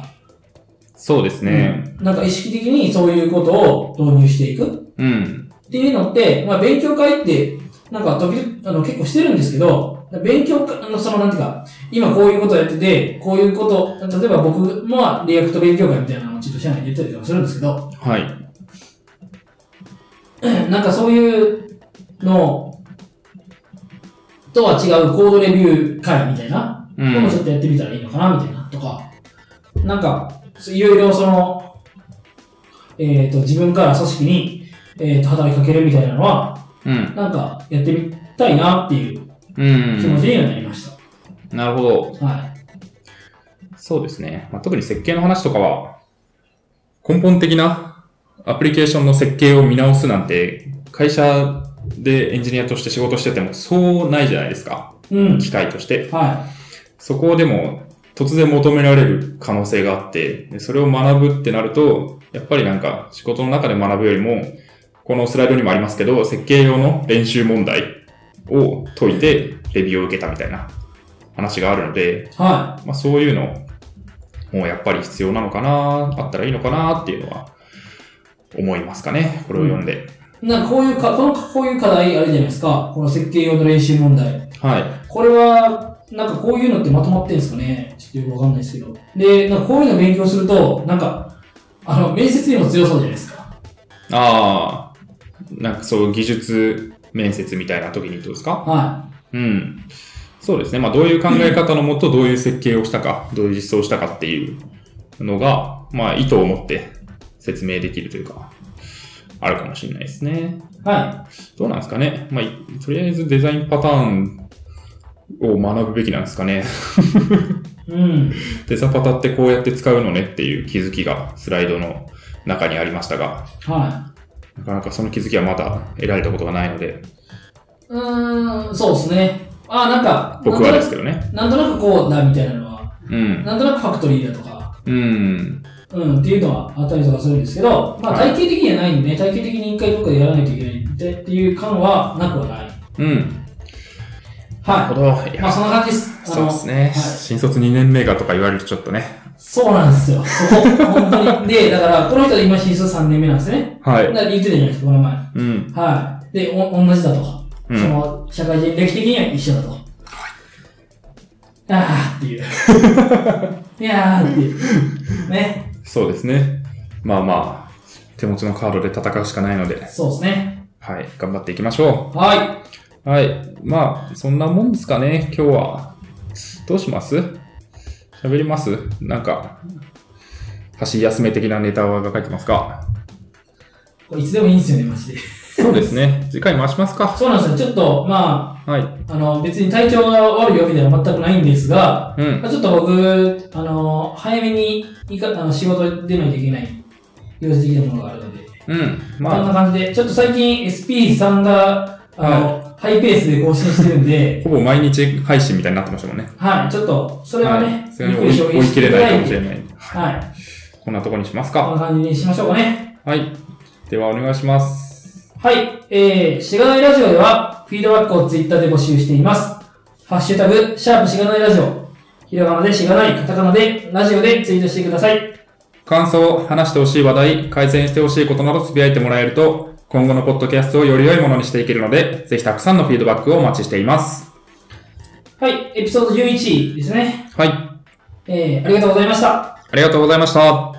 S2: そうですね。
S3: なんか意識的にそういうことを導入していく
S2: うん。
S3: っていうのって、まあ勉強会って、なんか時々、あの結構してるんですけど、勉強会、あのそのなんていうか、今こういうことやってて、こういうこと、例えば僕もまあリアクト勉強会みたいなのをちょっと社内で言ったりとかするんですけど、
S2: はい。
S3: なんかそういうのとは違うコードレビュー会みたいな
S2: うん
S3: のもちょっとやってみたらいいのかなみたいなとか、なんかそういろいろその、えっ、と、自分から組織に、えー、と働きかけるみたいなのは、
S2: うん。
S3: なんかやってみたいなっていう
S2: う
S3: 気持
S2: ん
S3: ち。にはなりまし
S2: なるほど。
S3: た。はい。
S2: そうですね。まあ、特に設計の話とかは、根本的なアプリケーションの設計を見直すなんて、会社でエンジニアとして仕事しててもそうないじゃないですか。
S3: うん。
S2: 機械として。
S3: は
S2: そこでも突然求められる可能性があって、でそれを学ぶってなると、やっぱりなんか仕事の中で学ぶよりも、このスライドにもありますけど、設計用の練習問題を解いてレビューを受けたみたいな話があるので、
S3: い。は
S2: まあそういうのもやっぱり必要なのかな、あったらいいのかなっていうのは思いますかね。これを読んで。
S3: い。なんかこういうか、この、こういう課題あるじゃないですか。この設計用の練習問題。
S2: はい。
S3: これは、なんかこういうのってまとまってんですかねちょっとよくわかんないですけど。で、なんかこういうの勉強すると、なんか、あの、面接にも強そうじゃないですか。
S2: ああ、なんかそう技術面接みたいな時にどうですか
S3: は
S2: うん。そうですね。まあ、どういう考え方のもと、どういう設計をしたか、どういう実装をしたかっていうのが、まあ、意図を持って説明できるというか、あるかもしれないですね。
S3: い。は
S2: どうなんですかね。まあ、いとりあえずデザインパターンを学ぶべきなんですかね。
S3: い。うん。
S2: デザパタってこうやって使うのねっていう気づきがスライドの中にありましたが、
S3: は
S2: なかなかその気づきはまだ得られたことがないので、
S3: い。うーん、そうですね。ああ、なんか、
S2: 僕はです
S3: け
S2: けどね。
S3: ど。なんとなくこうだみたいなのは、
S2: うん。
S3: なんとなくファクトリーだとか、
S2: うん。
S3: うん、っていうのはあったりとかするんですけど、まあ
S2: はい
S3: 体系的にはないんでね、体系的に一回どっかでやらないといけないってっていう感はなくはない。
S2: うん。なる
S3: は
S2: ほど。い
S3: い。
S2: や
S3: まあそんな感じです。あ
S2: そう
S3: の
S2: ですね。
S3: はい
S2: 新卒2年目がとか言われるとちょっとね。
S3: そうなんで すよ。そこ、本当に。で、だから、この人今新卒3年目なんですよね。
S2: は
S3: だ。から言ってたじゃないですか、この前。
S2: うん。
S3: はい。で、お、同じだとか。
S2: うん
S3: その、社会人歴的には一緒だと。はい。あーっていう。 いやーっていう。ね。
S2: そうですね。まあまあ、手持ちのカードで戦うしかないので、
S3: そうですね。
S2: はい。頑張っていきましょ
S3: は
S2: う。はい。まあ、そんなもんですかね、今日は。どうします喋りますなんか、走り休め的なネタは書いてますか
S3: い。これいつでもいいんですよね、マジで。
S2: そうですね。次回回しますか。
S3: そうなんですよ。ちょっと、ま
S2: はい。
S3: あ、あの、別に体調が悪いわけでは全くないんですが、
S2: うん。
S3: まあちょっと僕、あの、早めに行か、あの、仕事出ないといけない、用事的なものがあるので、
S2: うん。
S3: こん
S2: まあ、
S3: な感じで、ちょっと最近 SP さんが、あの、ハイペースで更新してるんで、
S2: ほぼ毎日配信みたいになってましたもんね。
S3: はい、ちょっと、それはね、
S2: はい。それに追い追い切れないかもしれない。。
S3: はいい、
S2: こんなとこにします
S3: こん
S2: か。
S3: な感じにしましょうかね。
S2: はい。では、お願いします。
S3: はい。えー、しがないラジオでは、フィードバックをツイッターで募集しています。ハッシュタグ、シャープしがないラジオ。ひらがなでしがない、カタカナで、ラジオでツイートしてください。
S2: 感想、話してほしい話題、改善してほしいことなどつぶやいてもらえると、今後のポッドキャストをより良いものにしていけるので、ぜひたくさんのフィードバックをお待ちしています。
S3: はい。エピソード11ですね。
S2: はい。
S3: えー、ありがとうございました。
S2: ありがとうございました。